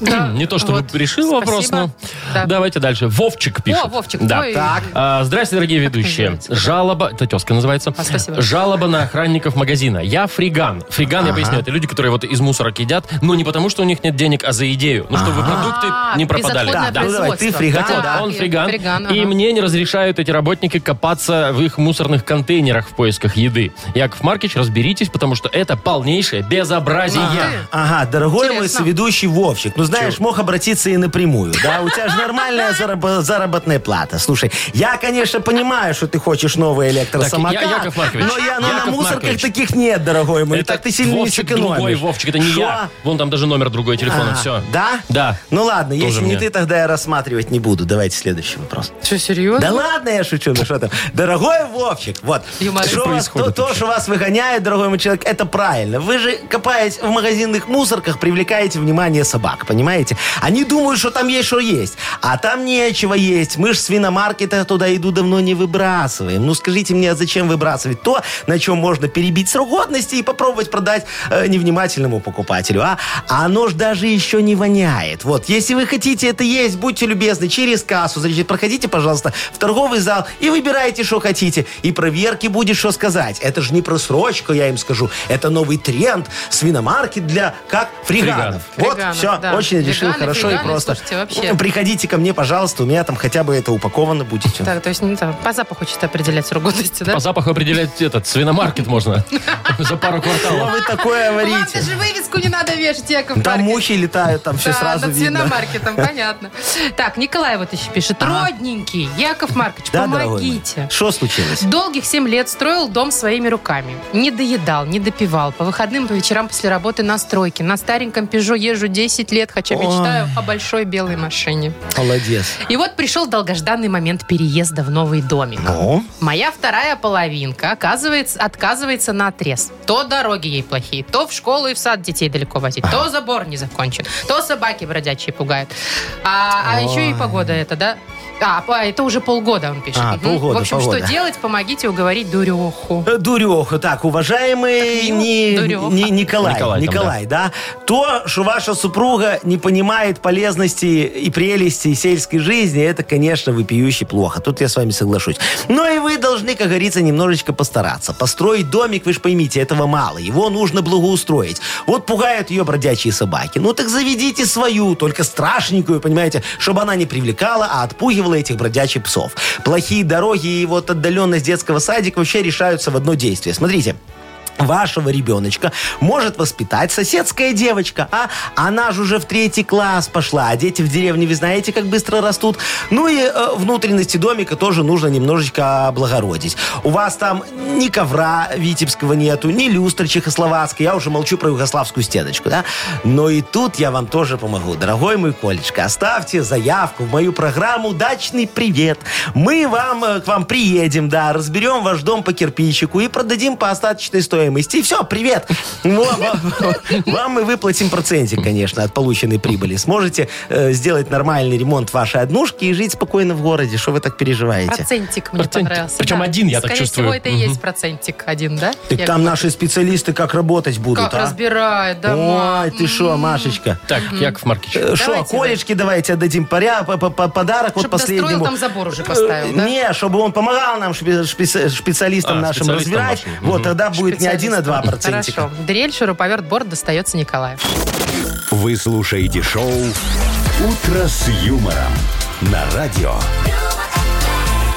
Да,
Не то, чтобы
вот.
решил вопрос, но...
Спасибо. Да.
Давайте дальше. Вовчик пишет.
О, Вовчик,
да.
твой-
А, Здрасте, дорогие ведущие.
называется?
Жалоба... Это тезка называется.
А, спасибо.
Жалоба на охранников магазина. Я фриган. Фриган, я поясню, это люди, которые вот из мусорок едят, но не потому, что у них нет денег, а за идею. Ну, чтобы продукты
А,
не пропадали.
безотходное
Да, ну давай, ты
производство.
фрегат,
Так вот,
да.
он фриган.
фреган,
И
ага.
мне не разрешают эти работники копаться в их мусорных контейнерах в поисках еды. Яков Маркич, разберитесь, потому что это полнейшее безобразие.
Ага, дорогой мой
Интересно.
соведущий Вовчик, ну знаешь, мог обратиться и напрямую, да? У тебя же нормальная зараб- заработная плата. Слушай, я, конечно, понимаю, что ты хочешь новый электросамокат,
Так, я- Яков Маркович,
но я ну,
Яков
на мусорках
Маркович.
таких нет, дорогой мой.
Это
так ты сильно не
Вовчик
сэкономишь.
другой, Вовчик, это не
Шо?
я. Вон там даже номер другой телефона,
А,
все.
Да?
Да.
Ну ладно,
Тоже
если
мне.
не ты, тогда я рассматривать не буду. Давайте следующий вопрос.
Что, серьезно?
Да ладно, я шучу, ну что там. Дорогой Вовчик, вот.
Юморист.
Что
Что вас- то,
происходит
то,
вообще?
что вас выгоняет, дорогой мой человек, это правильно. Вы же, копаясь в магазинных мусорках, привлекаете внимание собак, понимаете? Они думают, что там есть что есть, а там нечего есть. Мы ж свиномаркета туда иду давно не выбрасываем. Ну скажите мне, а зачем выбрасывать то, на чем можно перебить срок годности и попробовать продать э, невнимательному покупателю, а? А оно ж даже еще не воняет. Вот, если вы хотите это есть, будьте любезны, через кассу, значит, проходите, пожалуйста, в торговый зал и выбирайте, что хотите. И проверки будет, что сказать. Это же не просрочка, я им скажу. Это новый тренд свиномаркет для, как, фриганов. Вот,
Фриганов,
все,
да.
очень решил
Фриганы,
хорошо
фриганы,
и просто.
слушайте, вообще.
Приходите ко мне, пожалуйста, у меня там хотя бы это упаковано будет. всё.
Так, то есть ну, там, по запаху что-то определять срок годности, да?
По запаху определять этот свиномаркет можно за пару
Что
кварталов.
вы такое
Ну, Ладно
говорите?
же, вывеску не надо вешать, Яков
Там
Маркович.
мухи летают, там все
Да,
сразу
над
видно.
свиномаркетом, понятно. Так, Николай вот еще пишет.
Ага.
Родненький, Яков Маркович,
Да, дорогой мой?
помогите.
Что случилось?
Долгих семь лет строил дом своими руками. Не доедал, не допивал. По выходным, по вечерам после работы на стройке. На стареньком Пежо езжу 10 лет, хотя мечтаю о большой белой машине.
Молодец.
И вот пришел долгожданный момент переезда в новый домик.
Ну?
Моя вторая половинка, оказывается, отказывается на отрез. То дороги ей плохие, то в школу и в сад детей далеко возить, то забор не закончен, то собаки бродячие пугают. А, а еще и погода это, да? А, по- это уже полгода, он пишет.
А,
Мгм.
полгода,
В общем,
погода.
что делать, помогите уговорить дуреху.
Дуреха. Так, уважаемый
Ну,
Ни-
дуреха.
Ни- Николай,
Николай там,
Николай, да. то, что ваша супруга не понимает полезности и прелести сельской жизни, это, конечно, вопиюще плохо. Тут я с вами соглашусь. Но и вы должны, как говорится, немножечко постараться. Построить домик, вы же поймите, этого мало. Его нужно благоустроить. Вот пугают ее бродячие собаки. Ну так заведите свою, только страшненькую, понимаете, чтобы она не привлекала, а отпугивала этих бродячих псов. Плохие дороги и вот отдаленность детского садика вообще решаются в одно действие. Смотрите, вашего ребеночка может воспитать соседская девочка, а? Она же уже в третий класс пошла, а дети в деревне, вы знаете, как быстро растут. Ну и э, внутренности домика тоже нужно немножечко облагородить. У вас там ни ковра витебского нету, ни люстр чехословацкой, я уже молчу про югославскую стеночку, да? Но и тут я вам тоже помогу. Дорогой мой Колечка, оставьте заявку в мою программу «Дачный привет». Мы вам, э, к вам приедем, да, разберем ваш дом по кирпичику и продадим по остаточной стоимости. И все, привет. Во, во, во. Вам мы выплатим процентик, конечно, от полученной прибыли. Сможете э, сделать нормальный ремонт вашей однушки и жить спокойно в городе. Что вы так переживаете?
Процентик мне
Процентик.
понравился.
Причем один, я так
Скорее
чувствую.
всего, это и есть процентик один, да?
Так
Я
там наши специалисты как работать будут,
Как
а?
разбирает, да,
Ой,
ма.
ты что, Машечка?
Так, Яков Маркич.
Что,
Давайте,
Колечке давайте отдадим поря, по- по- по- подарок вот
Чтоб
последнему.
достроил, там забор уже поставил, Э, да?
Не, чтобы он помогал нам, шпи- шпи-
А,
специалистам нашим
специалистам
разбирать.
нашим.
Вот тогда будет не один, а два
Хорошо.
процентика.
Дрель, шуруповерт, борт достается Николаю.
Вы слушаете шоу «Утро с юмором» на радио.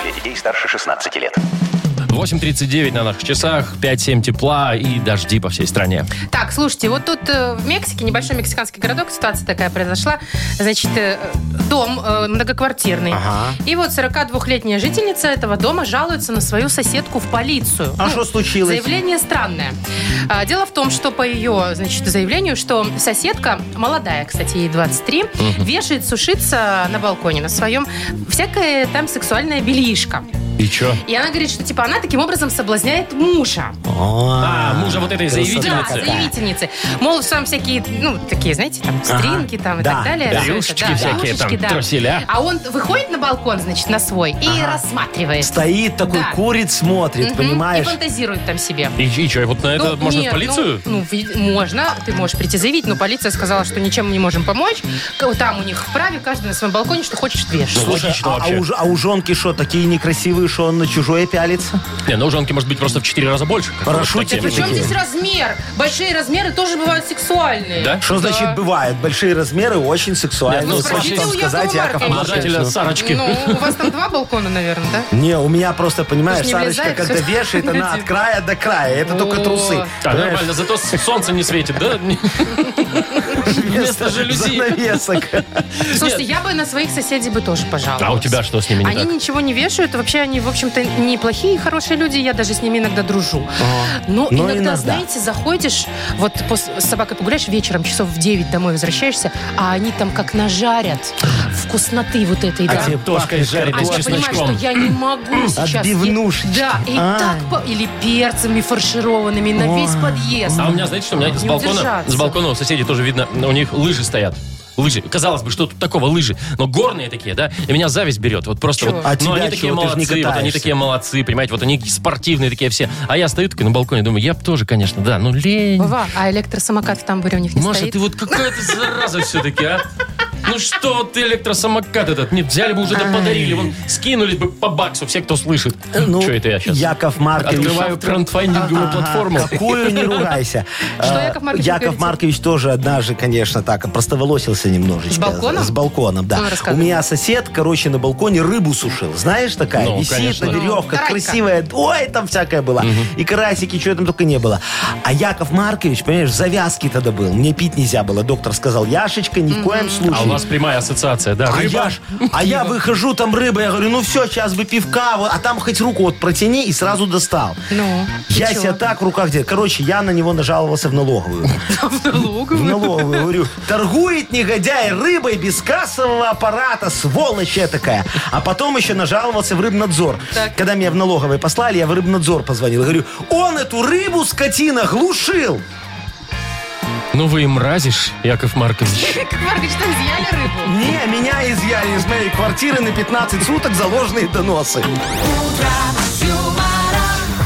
Для детей старше 16 лет.
8.39 на наших часах, 5-7 тепла и дожди по всей стране.
Так, слушайте, вот тут э, в Мексике, небольшой мексиканский городок, ситуация такая произошла. Значит, э, дом э, многоквартирный. И вот 42-летняя жительница этого дома жалуется на свою соседку в полицию.
А что случилось?
Заявление странное. А, Дело в том, что по ее значит, заявлению, что соседка, молодая, кстати, ей 23, вешает сушиться на балконе на своем всякое там сексуальное бельишко.
И чё?
И она говорит, что типа она таким образом соблазняет мужа.
А, мужа вот этой
Да,
заявительницы?
заявительницы. Мол, там всякие, ну, такие, знаете, там, стринки там и
Да,
так далее.
да.
Всё это,
Рюшечки всякие там, труселя.
А он выходит на балкон, значит, на свой и рассматривает.
Стоит такой,
Да.
курит, смотрит,
Мгм.
понимаешь?
И фантазирует там себе.
И, и чё, и вот на это
Ну,
можно
нет,
в полицию?
Ну, ну, ви- можно, ты можешь прийти заявить, но полиция сказала, что ничем мы не можем помочь. К- Там у них вправе, каждый на своем балконе, что хочешь, вешай.
Ну,
Слушай,
логично
а, а
вообще.
у, ж- а у жонки что, такие некрасивые, что он на чужое пялится?
Не, ну у Жанки может быть просто в 4 раза больше. как
Парашютики
вот
Причем
такие.
такие.
здесь размер? Большие размеры тоже бывают сексуальные.
Да?
Что значит бывает? Большие размеры, очень сексуально.
Нет, ну, спросите
вам
у
Якова Марковича.
Маркович.
Обладателя э, Сарочки.
Ну, у вас там два балкона, наверное, да?
Не, у меня просто, понимаешь,
Слушай, не
Сарочка,
влезает
когда
всё.
вешает, она от края до края. Это только
О.
трусы.
Так,
Понимаешь?
нормально, зато с- солнце не светит, да? Вместо жалюзи.
занавесок.
Слушайте, я бы на своих соседей бы тоже пожаловалась.
А у тебя что с ними не
Они
так?
ничего не вешают. Вообще они, в общем-то, неплохие и хорошие люди. Я даже с ними иногда дружу. Но,
Ну,
иногда,
иногда.
знаете, заходишь, вот пос- с собакой погуляешь вечером, часов в 9 домой возвращаешься, а они там как нажарят вкусноты вот этой. да.
тебе
Картошкой
пахнет
жареной
А
А с
я понимаю, что
чесночком.
я не могу сейчас. е-
Отбивнушечки.
Да, и
А.
так... по- Или перцами фаршированными на весь подъезд.
А у меня, знаете, что у меня с
Не
балкона,
удержаться.
с балкона у соседей тоже видно, у них лыжи стоят. Лыжи. Казалось бы, что тут такого лыжи? Но горные такие, да? И меня зависть берет. Вот просто
Чего?
вот.
А
ну,
тебя
они такие
чего? Ты ж не
молодцы, вот они
катаешься.
такие молодцы, понимаете, вот они спортивные такие все. А я стою такой на балконе, думаю, я бы тоже, конечно, да, ну лень.
Вова, а электросамокат в тамбуре у них не
Маша,
стоит?
ты вот какая ты зараза все-таки, а? Ну что вот ты электросамокат этот? Не взяли бы уже, да подарили. Вон, скинули бы по баксу все, кто слышит.
Ну,
что это я сейчас?
Яков Маркович.
Открываю краундфандинговую
Ага,
платформу.
Какую, не ругайся.
Что
Э,
Яков Маркович говорит?
Яков Маркович тоже однажды, конечно, так, простоволосился немножечко.
С балконом?
С балконом, да.
Ну,
У
рассказывай.
меня сосед, короче, на балконе рыбу сушил. Знаешь, такая?
Ну,
Висит
конечно.
на веревках,
карасика.
красивая. Ой, там всякая была. И карасики, чего там только не было. А Яков Маркович, понимаешь, в завязке тогда был. Мне пить нельзя было. Доктор сказал, Яшечка, ни в коем случае.
А у вас прямая ассоциация, да?
А я, ж- а я выхожу, там рыба, я говорю, ну все, сейчас бы пивка, вот, а там хоть руку вот протяни и сразу достал.
Ну, и
Я
чё?
себя так в руках где. Короче, я на него нажаловался в налоговую. В налоговую, говорю. Торгует негодяй рыбой без кассового аппарата, сволочь я такая. А потом еще нажаловался в рыбнадзор.
Так.
Когда меня в налоговой послали, я в рыбнадзор позвонил. Говорю, он эту рыбу, скотина, глушил.
Ну вы им разишь, Яков Маркович.
Яков Маркович, там изъяли рыбу.
Не, меня изъяли из моей квартиры на 15 суток заложенные доносы.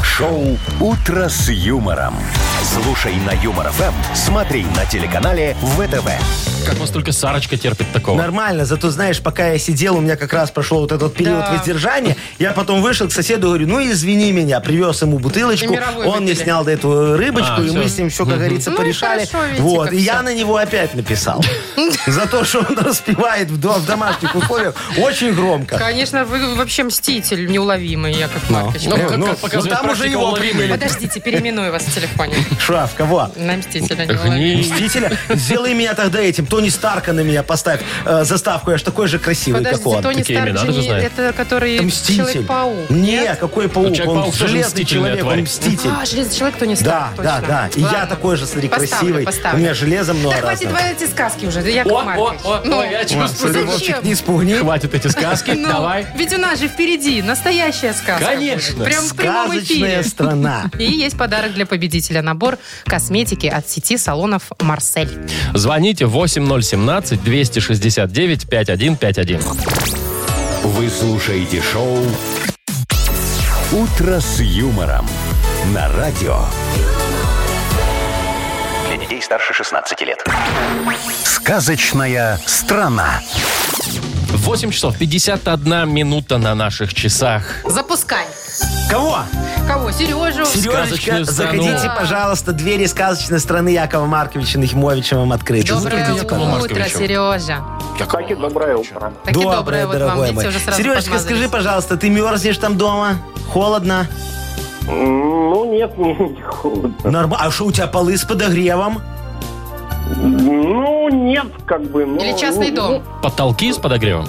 Шоу «Утро с юмором». Слушай на Юмор ФМ, смотри на телеканале ВТВ.
Как вас только Сарочка терпит такого.
Нормально, зато знаешь, пока я сидел, у меня как раз прошел вот этот период воздержания. Я потом вышел к соседу, говорю, ну извини меня, привез ему
И
бутылочку,
мировой
он мне
выпили.
снял до этого рыбочку,
А,
и
всё.
мы с ним все, как говорится,
Ну и
порешали.
хорошо, видите,
вот,
как
и я
всё.
на него опять написал. За то, что он распевает в до- в домашних условиях очень громко.
Конечно, вы вообще мститель неуловимый, Яков Маркович.
Ну,
Ну,
как,
ну,
как показывает
ну, там уже
практика,
его
уловимый.
приняли.
Подождите, переименую вас в телефоне.
Шраф, кого?
На мстителя неуловимый.
Гни.
Мстителя? Сделай меня тогда этим. Тони Старка на меня поставь э, заставку. Я ж такой же красивый, как
Подождите,
он.
Тони
Такие
Старк
имена
же
даже
не-
знает.
это который Человек-паук.
Не, какой паук?
Человек-паук
Он
тоже
железный
мстительная
человек,
тварь.
он мститель.
А, Железный человек Тони
Да,
Старк,
да,
точно.
да. И я
Ладно.
такой же, смотри,
Поставлю,
красивый.
поставлю.
У меня железо много
Да хватит
разного.
твои эти сказки уже, да, Яков
О, о,
Маркович.
о,
Ну,
о, я чувствую.
Зачем?
Вовчик, не спугни.
Хватит эти сказки,
ну,
давай.
Ведь у нас же впереди настоящая сказка.
Конечно.
будет. Прям в прямом эфире.
Сказочная страна.
И есть подарок для победителя. Набор косметики от сети салонов «Марсель».
Звоните 8017-269-5151.
Вы слушаете шоу «Утро с юмором» на радио.
Для детей старше 16 лет.
Сказочная страна.
8 часов 51 минута на наших часах.
Запускай.
Кого?
Кого? Сережу?
Сережечка,
Сказочную страну.
заходите,
Да.
пожалуйста, двери сказочной страны Якова Марковича Нахимовича вам открыты.
Доброе
Заходите,
Якова
утро,
пожалуйста.
Марковича.
Сережа.
Таки доброе утро.
Таки доброе, вот вам,
дорогой
видите,
мой.
уже сразу
Сережечка, скажи,
подмазались.
пожалуйста, ты мерзнешь там дома? Холодно?
М, Ну, нет, мне не холодно.
Нормально. А что у тебя полы с подогревом?
Ну, нет, как бы. но-
Или частный
ну,
дом?
Потолки с подогревом?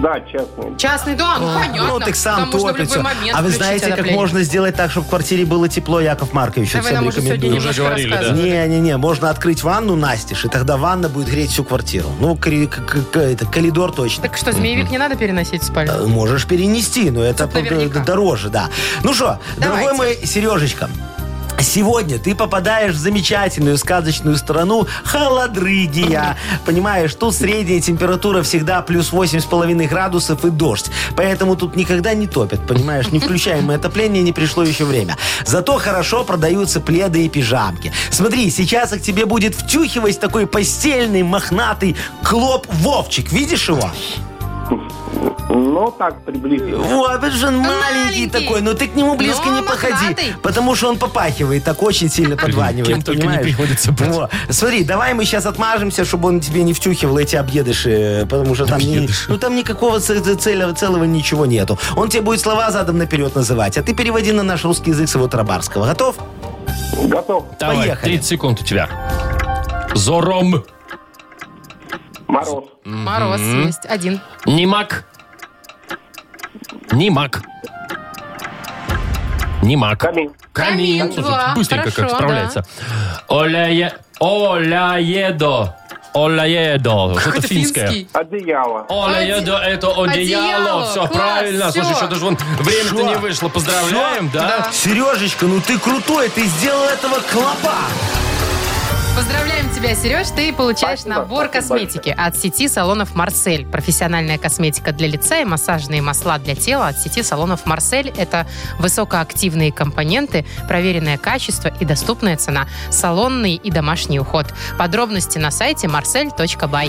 Да, частный.
Частный дом, ну, понятно.
ну, так сам
там можно в любой
топится.
момент
А вы
включить
знаете, как
отопление.
можно сделать так, чтобы в квартире было тепло, Яков Маркович?
Да
вот
вы
всем
нам уже сегодня
Уже
рекомендую.
немножко
говорили, да.
рассказывали.
Не-не-не, можно открыть ванну, настежь, и тогда ванна будет греть всю квартиру. Ну, кори- к- к- к- это, коридор точно.
Так что, змеевик не надо переносить в
Э,
спальню?
Можешь перенести, но это
Тут наверняка.
д- дороже, да. Ну что, дорогой мой Сережечка, Сегодня ты попадаешь в замечательную сказочную страну холодрыгия. Понимаешь, тут средняя температура всегда плюс 8,5 градусов и дождь. Поэтому тут никогда не топят, понимаешь? Не включаемое отопление, не пришло еще время. Зато хорошо продаются пледы и пижамки. Смотри, сейчас их тебе будет втюхивать такой постельный, мохнатый клоп Вовчик. Видишь его?
Ну, так приблизительно.
Вот, это же он маленький,
маленький.
такой, но ты к нему близко
Но
не подходи,
мохнатый.
потому что он попахивает, так очень сильно подванивает,
Кем только не
понимаешь?
приходится быть.
Во. Смотри, давай мы сейчас отмажемся, чтобы он тебе не втюхивал эти объедыши, э, потому что там, не,
Объедыши.
ну, там никакого ц- ц- целого, целого ничего нету. Он тебе будет слова задом наперед называть, а ты переводи на наш русский язык с его тарабарского. Готов?
Готов.
Давай,
Поехали.
30 секунд у тебя. Зором.
Мороз.
М-м.
Мороз есть. Один.
Нимак. Нимак. Нимак.
Камин.
Камин.
Камин,
Слушайте,
два.
Быстренько как
Хорошо,
справляется. Оляе... Оляедо. Оляедо. Вот Это
Какой-то
финское.
финский.
Одеяло.
Оляедо, это одеяло.
Одеяло.
Все,
Класс,
правильно.
всё.
Слушай, что даже вон время-то
Всё.
не вышло. Поздравляем, да?
Сережечка, ну ты крутой, ты сделал этого клопа.
Поздравляем тебя, Сереж. Ты получаешь
Спасибо,
набор
спасибо
косметики от сети салонов «Марсель». Профессиональная косметика для лица и массажные масла для тела от сети салонов «Марсель». Это высокоактивные компоненты, проверенное качество и доступная цена. Салонный и домашний уход. Подробности на сайте marsel.by.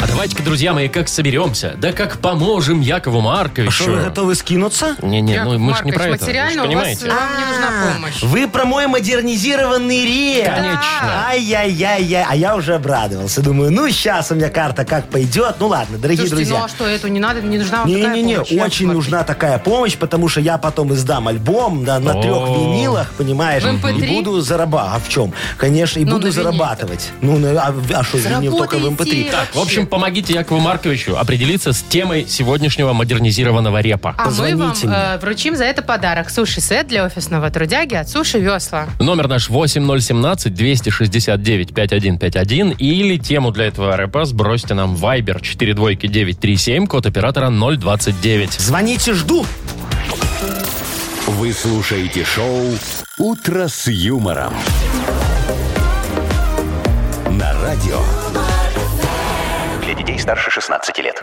А давайте-ка, друзья мои, как соберемся. Да как поможем Якову Марковичу.
Что, вы готовы скинуться?
Не-не, ну
Яков
мы же не про
Маркович,
это. вы ж
материально у вас
понимаете.
э, вам не нужна помощь.
Вы про мой модернизированный рек.
Конечно.
Ай-яй-яй-яй. А я уже обрадовался. Думаю, ну сейчас у меня карта как пойдет. Ну ладно, дорогие
Слушайте, ну
друзья.
а что, эту не надо, не нужна вам такая
Не-не-не,
помощь, Яков
очень
Маркович?
нужна такая помощь, потому что я потом издам альбом да, на
О.
трех винилах, понимаешь,
В MP3?
и буду зарабатывать. А в чем? Конечно, и
Ну,
буду
на виниле-то.
зарабатывать. Ну, на- а, а что, винил только в
Заработаете.
MP3.
Так, в общем, помогите Якову Марковичу определиться с темой сегодняшнего модернизированного репа.
А мы вам
Позвоните мне.
э, вручим за это подарок. Суши-сет для офисного трудяги от Суши Весла.
Номер наш 8017-269-5151 или тему для этого рэпа сбросьте нам в Viber 42937, код оператора 029.
Звоните, жду.
Вы слушаете шоу «Утро с юмором». На радио
Для детей старше 16 лет.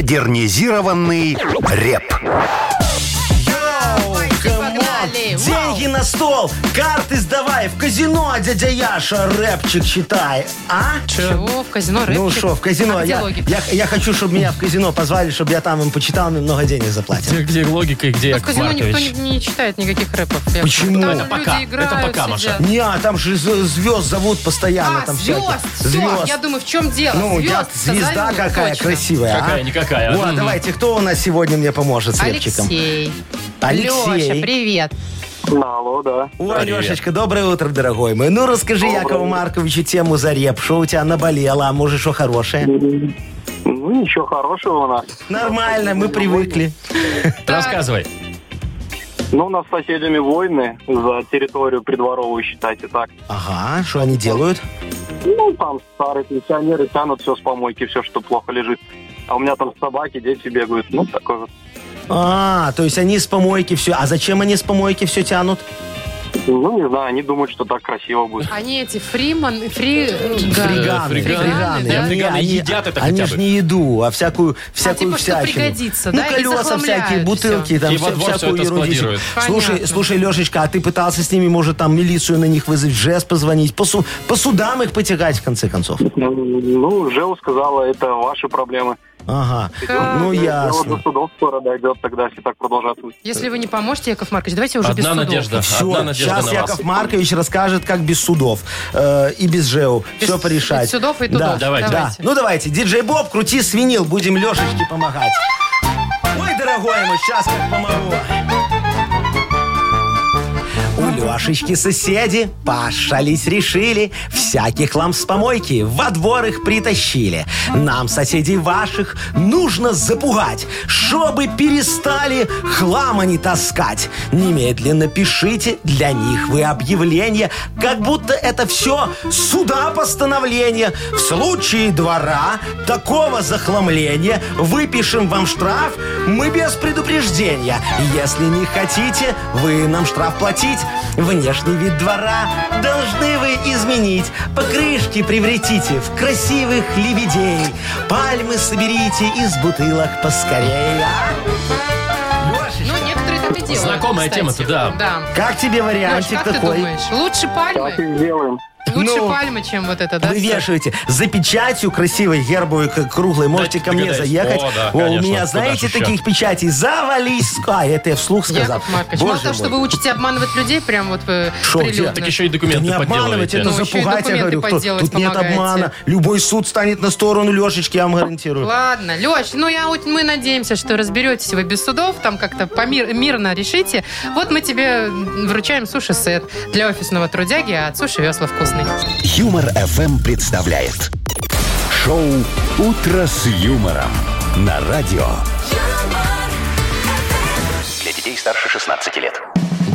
«Модернизированный реп».
Йоу, камон.
погнали. Вау.
Деньги на стол, карты сдавай, в казино, а дядя Яша, рэпчик читай. А?
Чего? В казино рыбчик?
Ну что, в казино.
А где
я,
логика?
я, я хочу, чтобы меня в казино позвали, чтобы я там им почитал, мне много денег заплатил.
Где, где логика и где
В
Яков
казино А никто не,
Маркович?
не читает никаких рэпов. Яков.
Почему?
Там
Это
люди
пока.
играют,
Это пока, Маша.
сидят.
Не, а там же звезд зовут постоянно.
А,
там
звезд.
всяких.
Все, я думаю, в чем дело?
Ну, я-
звезд
звезда какая красивая. а?
Какая-никакая.
Вот,
Мгм.
давайте, кто у нас сегодня мне поможет с репчиком?
Алексей.
Алексей.
Леша, привет.
Алло, да.
О,
Привет.
Алешечка, доброе утро, дорогой мой. Ну, расскажи Якову Марковичу тему за реп. Что у тебя наболело, а может, что хорошее?
Ну, ничего хорошего у нас.
Нормально, мы привыкли.
Рассказывай.
Ну, у нас с соседями войны за территорию придворовую, считайте так.
Ага, что они делают?
Ну, там старые пенсионеры тянут все с помойки, все, что плохо лежит. А у меня там собаки, дети бегают. Ну, такой вот.
А, то есть они с помойки все. А зачем они с помойки все тянут?
Ну, не знаю, они думают, что так красиво будет.
Они эти фриман, фри...
Фриганы,
фриганы,
фриганы.
да?
Не,
Фриганы
они-
едят это
Они
хотя
же
бы.
не еду, а всякую, всякую
типа, что
всячину.
пригодится,
ну,
да, и
колеса
захламляют
всякие,
всё.
бутылки, там
И во
вся-
двор всё
всякую
это
ерунду.
складируют.
Слушай,
Понятно.
слушай, Лешечка, а ты пытался с ними, может, там милицию на них вызвать, в ЖЭС позвонить, по, су- по судам их потягать, в конце концов?
Ну, Жеу сказала, это ваши проблемы.
Ага. Ну,
Дело до
ясно.
судов скоро дойдет тогда, если так продолжаться.
Если вы не поможете, Яков Маркович, давайте уже без
Одна
судов.
надежда. Одна
Все,
надежда
сейчас
на вас.
Яков Маркович расскажет, как без судов э, и без ЖЭУ.
Без-
все порешать.
без судов и
Да,
тудов.
Давайте.
да. Ну давайте, диджей Боб, крути свинил, будем Лешечке помогать. Ой, дорогой мой, сейчас как помогу. У Лешечки соседи пошалить решили, Всяких ламп с помойки во двор их притащили. Нам, соседей ваших, нужно запугать, Чтобы перестали хлама не таскать. Немедленно пишите для них вы объявление, Как будто это все суда постановление. В случае двора такого захламления Выпишем вам штраф мы без предупреждения. Если не хотите, вы нам штраф платить. Внешний вид двора должны вы изменить. Покрышки превратите в красивых лебедей. Пальмы соберите из бутылок поскорее. а? Лешечка,
Ну, некоторые так и делают.
Знакомая
кстати.
тема-то, да.
Да.
как тебе
Леш,
вариантик
как ты
такой?
думаешь? Лучше
Так и
пальмы?
сделаем.
Лучше
Ну,
пальмы, чем вот это, да?
Вы вешаете за печатью красивой гербовой к- круглой. Можете
ты
ко мне
догадайся.
заехать.
О, да,
О, у
конечно.
меня,
Куда
знаете,
ж еще?
таких печатей завались. А, это я вслух сказал.
Яков Маркович, мало
Боже
того, что
мой.
вы учите обманывать людей, прям вот вы
Шо, где?
прилюдно.
Так еще и
Да
документы
не обманывать,
подделываете.
это
Ну, еще и
запугать, я
документы
говорю. кто-
подделывать
тут нет
помогаете.
обмана. Любой суд станет на сторону Лешечки, я вам гарантирую.
Ладно, Леш, ну я, вот- мы надеемся, что разберетесь вы без судов, там как-то помир, мирно решите. Вот мы тебе вручаем суши-сет для офисного трудяги, а от суши весла вкусный.
Юмор FM представляет шоу Утро с юмором на радио.
Для детей старше 16 лет.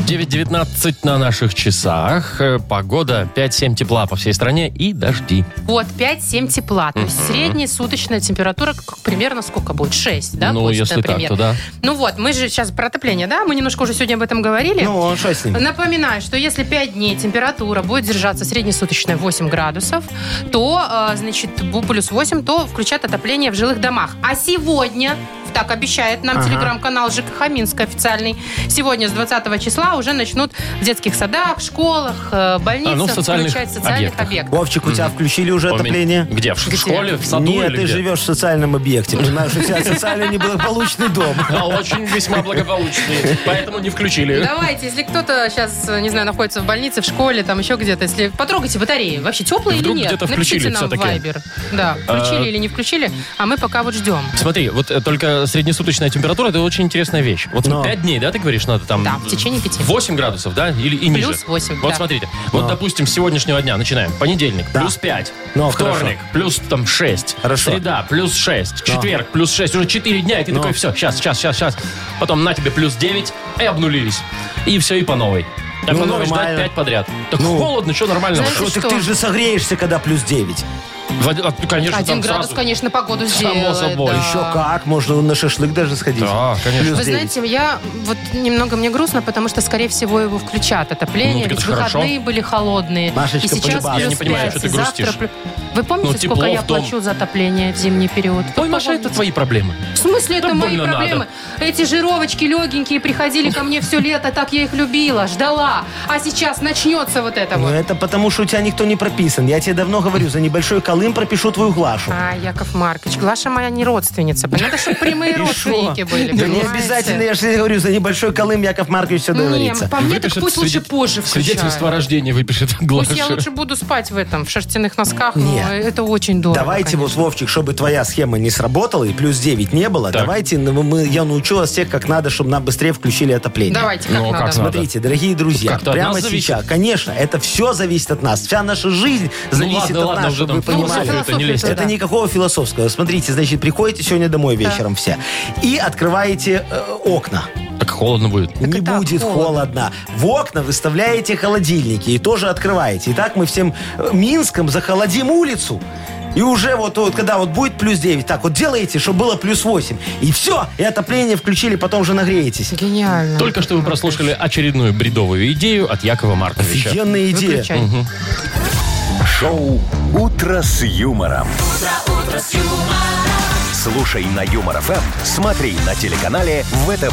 9.19 на наших часах. Э, Погода 5-7 тепла по всей стране и дожди.
Вот 5-7 тепла, то есть средняя суточная температура к- примерно сколько будет? 6, да?
ну,
будет,
если так,
например.
то да.
Ну вот, мы же сейчас про отопление, да? Мы немножко уже сегодня об этом говорили.
Ну, что с ним?
Напоминаю, что если 5 дней температура будет держаться среднесуточная 8 градусов, то, э, значит, бу- плюс 8, то включат отопление в жилых домах. А сегодня, так обещает нам
Ага.
телеграм-канал ЖКХ Минска официальный, сегодня с 20 числа уже начнут в детских садах, школах, э, больницах
А, ну, в социальных
включать социальных
объектах.
объектов.
Вовчик, у тебя включили уже
Помень-
отопление?
Где? В ш-
Где?
школе, в саду
Нет,
или
ты
где?
живешь в социальном объекте. Понимаешь, у тебя социально неблагополучный дом.
А, очень весьма благополучный, поэтому не включили.
Давайте, если кто-то сейчас, не знаю, находится в больнице, в школе, там еще где-то, если потрогайте батареи, вообще теплые или
Вдруг
нет,
где-то
напишите
включили
нам в
все-таки.
Viber. Да, включили или не включили, а мы пока вот ждем.
Смотри, вот э, только среднесуточная температура это очень интересная вещь. Вот
Но.
5 дней, да, ты говоришь, надо там.
Да, в течение пяти.
8 градусов, да? Или и ниже.
Плюс 8,
Вот
да.
смотрите. Вот, допустим, с сегодняшнего дня начинаем. Понедельник,
Да.
плюс 5.
Ну,
Вторник, плюс там 6.
Хорошо.
Среда, плюс 6. Четверг, плюс 6. Уже 4 дня, и ты такой, все, сейчас, сейчас, сейчас, сейчас. Потом на тебе плюс 9, и обнулились. И все, и по новой. А
Ну,
по новой ждать
нормально.
5 подряд. Так
Ну.
холодно, что нормального?
Знаешь,
Шо,
что?
так ты же согреешься, когда плюс 9.
В один- а, ну, конечно,
Один
там
градус,
сразу.
конечно, погоду
Само
сделает.
собой.
да.
Еще как, можно на шашлык даже сходить.
Да, конечно.
Плюс
Вы
9.
знаете, я вот немного мне грустно, потому что, скорее всего, его включат
Ну,
отопление,
так это
ведь
же хорошо.
выходные были холодные.
Машечка,
и сейчас
полюбас.
Я не
плюс
понимаю,
пять,
что ты
и завтра
грустишь.
плю- Вы помните,
Ну,
сколько
тепло
я
в дом.
плачу за отопление в зимний период?
Ой, Маша, это твои проблемы.
В смысле, это
Да
мои
больно
проблемы? Эти жировочки легенькие приходили ко мне все лето, так я их любила, ждала. А сейчас начнется вот это
Ну,
вот.
это потому, что у тебя никто не прописан. Я тебе давно говорю, за небольшой колым пропишу твою Глашу.
А, Яков Маркович, Глаша моя не родственница. понимаешь? Надо, чтобы прямые
И
родственники
шо?
были.
Да не
понимаете?
обязательно, я же тебе говорю, за небольшой колым Яков Маркович все
Не, ну,
договорится.
по А мне, так
Выпишет
пусть лучше
свидет-
позже
Свидетельство о
включают.
рождении выпишет
Пусть
Глаша.
я лучше буду спать в этом, в шерстяных носках, но
Нет.
это очень дорого.
Давайте
конечно.
вот, Вовчик, чтобы твоя схема не сработала и плюс 9 не было,
Так.
давайте ну, мы, я научу вас всех, как надо, чтобы нам быстрее включили отопление.
Давайте, как
Ну, как
надо.
смотреть.
Смотрите, дорогие друзья,
Как-то от
прямо
нас зависит?
сейчас, конечно, это все зависит от нас. Вся наша жизнь зависит
Ну ладно,
от
ладно,
нас,
уже там
чтобы вы понимали.
Ну,
философию-то не лезьте.
Это
да.
никакого философского. Смотрите, значит, приходите сегодня домой вечером все и открываете э, окна.
Так холодно будет.
не
и так
будет холодно. В окна выставляете холодильники и тоже открываете. И так мы всем э, Минском захолодим улицу. И уже вот, вот когда вот будет плюс 9, так вот делаете, чтобы было плюс 8. И все, и отопление включили, потом же нагреетесь.
Гениально.
Только что вы прослушали очередную бредовую идею от Якова Марковича.
Офигенная идея.
Выключай.
Шоу Утро с юмором.
утро, утро с юмором.
Слушай на Юмор ФМ, смотри на телеканале ВТВ.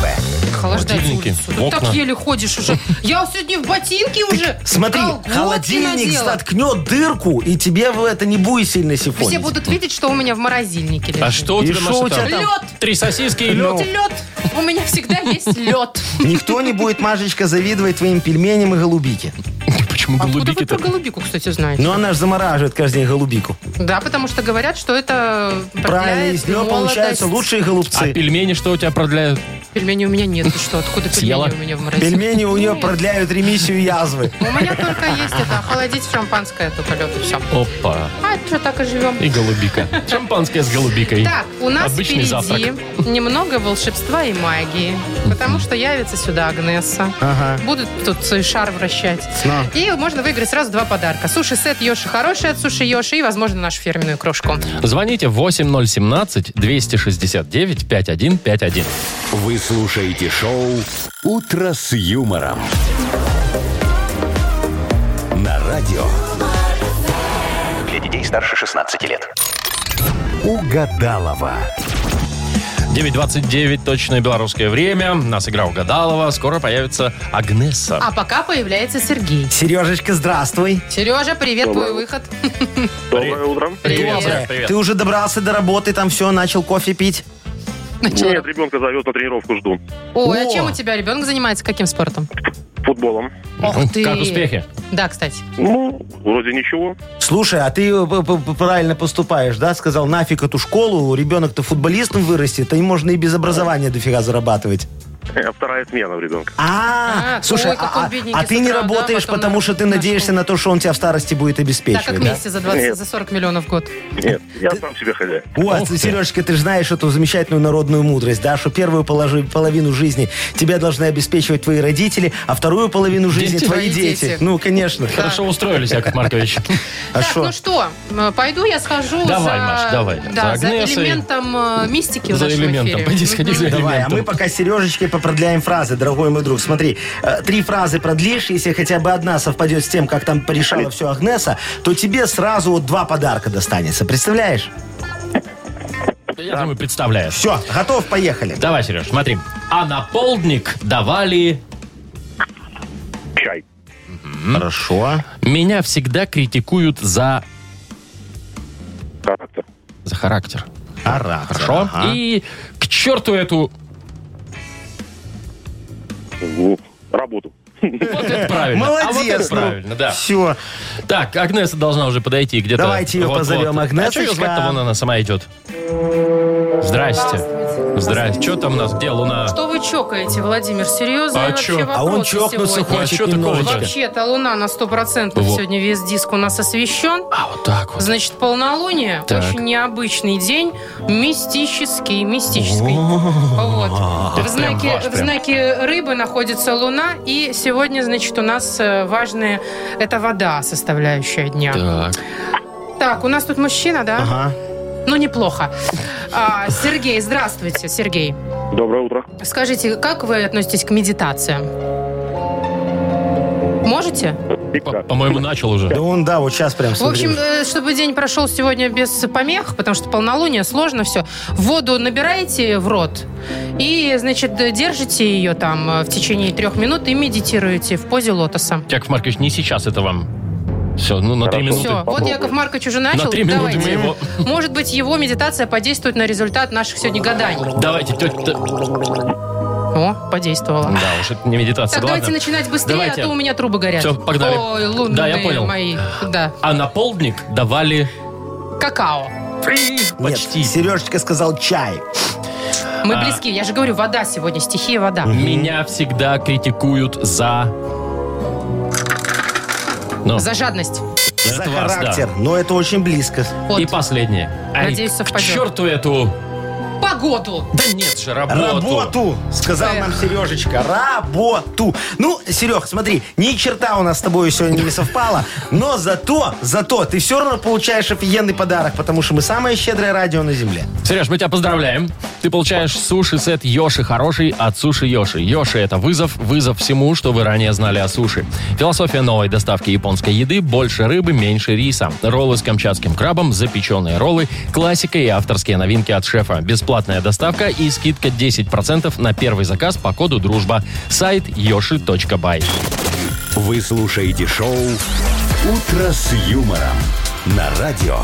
Охлаждать
Холодильники,
улицу. Да
окна.
так еле ходишь уже. Я сегодня в ботинке уже.
Смотри,
колготки
холодильник
надела.
заткнет дырку, и тебе в это не будет сильно сифонить.
Все будут видеть, что у меня в морозильнике лежит.
А что у
И
тебя,
шо
Маша,
у тебя
там?
там?
Три сосиски и лед.
Лед, лед. У меня всегда есть лед.
Никто не будет, Машечка, завидовать твоим пельменям и голубике.
Ну, Почему
Откуда вы про
голубики-то?
голубику, кстати, знаете?
Ну, она же замораживает каждый день голубику.
Да, потому что говорят, что это
Правильно,
продляет
из нее
молодость.
получаются лучшие
А
голубцы.
пельмени что у тебя продляют?
Пельмени у меня нет. Ты что, откуда
Съела?
пельмени у меня в морозильнике?
Пельмени у нее продляют ремиссию язвы.
У меня только есть это, охладить шампанское только лед и все.
Опа.
А, что, так и живем.
И голубика. Шампанское с голубикой.
Так, у нас
Обычный
впереди
завтрак.
немного волшебства и магии, потому что явится сюда Агнесса.
Ага.
Будут тут свой шар вращать.
На.
И можно выиграть сразу два подарка. Суши-сет Йоши хороший от Суши Йоши и, возможно, нашу фирменную кружку.
Звоните 8017-269-5151.
Вы слушаете шоу «Утро с юмором». На радио
Для детей старше 16 лет.
«Угадалова».
9.29, точное белорусское время. Нас игра угадалова. Скоро появится Агнеса.
А пока появляется Сергей.
Сережечка, здравствуй.
Сережа, привет, твой выход.
Доброе утро.
Привет, Сереж,
Доброе.
привет.
Ты уже добрался до работы, там все, начал кофе пить?
Нет, ребенка завез на тренировку, жду.
Ой, а
О!
чем у тебя ребенок занимается? Каким спортом?
Футболом.
Ох ты.
Ну, Как успехи?
Да, кстати.
Ну, вроде ничего.
Слушай, а ты э, п- п- правильно поступаешь, да? Сказал, нафиг эту школу, ребенок-то футболистом вырастет, а им можно и без образования дофига зарабатывать.
Э, Вторая смена у ребенка.
А,
А,
слушай,
ой, как он
а, а-
бедненький
а ты
с
не
утра, да,
работаешь,
потом
потому
на-
что ты
нашел.
надеешься на то, что он тебя в старости будет
Так как
обеспечивать, да?
Месси за 20,
Нет.
за 40 миллионов в год.
Нет, я сам себе хозяин.
Вот, Сережечка, ты же знаешь эту замечательную народную мудрость, да, что первую положи- половину жизни тебя должны обеспечивать твои родители, а вторую половину жизни
Дети.
твои
Твои
дети.
дети.
Ну, конечно.
Хорошо устроились, Яков Маркович.
А
так,
шо?
ну что, э, пойду я схожу
Давай,
за...
Маш, давай.
Да,
За
за,
Агнесой.
элементом э, мистики в
За
нашем
элементом.
эфире.
Пойди сходи за
Давай, а мы
элементом.
пока с Сережечкой попродляем фразы, дорогой мой друг. Смотри, э, три фразы продлишь, если хотя бы одна совпадет с тем, как там порешала все Агнеса, то тебе сразу вот два подарка достанется. Представляешь?
Я думаю, представляешь.
Все, готов, поехали.
Давай, Сереж, смотри. А на полдник давали...
Чай.
Хорошо.
Меня всегда критикуют за...
Как-то.
За характер.
Ара,
Хорошо?
ага.
И к черту эту...
Ну, Работу.
Вот это правильно.
Молодец.
А вот это
ну,
правильно, да.
Все.
Так, Агнеса должна уже подойти где-то.
Давайте её позовем,
А что ее
Агнесочка.
звать-то? Вон она сама идет. Здрасте. Здрасте. Что там у нас? Где луна?
Что вы чокаете, Владимир? Серьезно
А
вообще
чё?
вопросы
А он чокнуться
сегодня.
А
хочет
чё такого-то?
немножечко.
Вообще-то луна на 100%
Во.
сегодня весь диск у нас освещен.
А, вот так вот.
Значит, полнолуние.
Так.
Очень необычный день. Мистический, мистический. Вот. В знаке,
ваш прям.
в знаке рыбы находится луна. И сегодня, значит, у нас э, важное... Это вода, составляющая дня.
Так.
Так, у нас тут мужчина, да?
Ага.
Ну, неплохо. А, Сергей, здравствуйте, Сергей.
Доброе утро.
Скажите, как вы относитесь к медитациям? Можете?
По-
Всегда.
По-моему, начал уже.
Да он, да, вот сейчас прям
В общем,
смотри.
э, чтобы день прошел сегодня без помех, потому что полнолуние, сложно все. Воду набираете в рот и, значит, д- держите ее там э, в течение трех минут и медитируете в позе лотоса.
Яков Маркович, не сейчас это вам. Все, ну на три
Хорошо.
минуты.
Все, вот Яков Маркович уже начал.
На три минуты
Давайте.
мы его...
Может быть, его медитация подействует на результат наших сегодня гаданий.
Давайте, тетя...
О, подействовала.
Да уж, это не медитация.
Так,
да
давайте
ладно.
начинать быстрее,
Давайте.
а то у меня трубы горят.
Всё, погнали.
Ой, лунные
Да, я понял.
мои. Да.
А на полдник давали...
Какао.
Нет,
Почти.
Сережечка сказал чай.
Мы
А.
близки. Я же говорю, вода сегодня, стихия вода.
Меня всегда критикуют за... Ну,
За жадность.
это
За
вас, да.
характер. Но это очень близко.
Вот.
И последнее. Ай,
Надеюсь,
к
совпадет.
черту эту...
Погоду.
Да нет же, работу.
Работу, сказал нам Сережечка. Работу. Ну, Серег, смотри, ни черта у нас с тобой сегодня не совпало, но зато, зато ты все равно получаешь офигенный подарок, потому что мы самое щедрое радио на Земле.
Сереж, мы тебя поздравляем. Ты получаешь суши-сет Йоши Хороший от Суши Йоши. Йоши – это вызов, вызов всему, что вы ранее знали о суши. Философия новой доставки японской еды – больше рыбы, меньше риса. Роллы с камчатским крабом, запеченные роллы, классика и авторские новинки от шефа. Бесплатная доставка и скидка 10% на первый заказ по коду «Дружба». Сайт yoshi.by.
Вы слушаете шоу «Утро с юмором» на радио.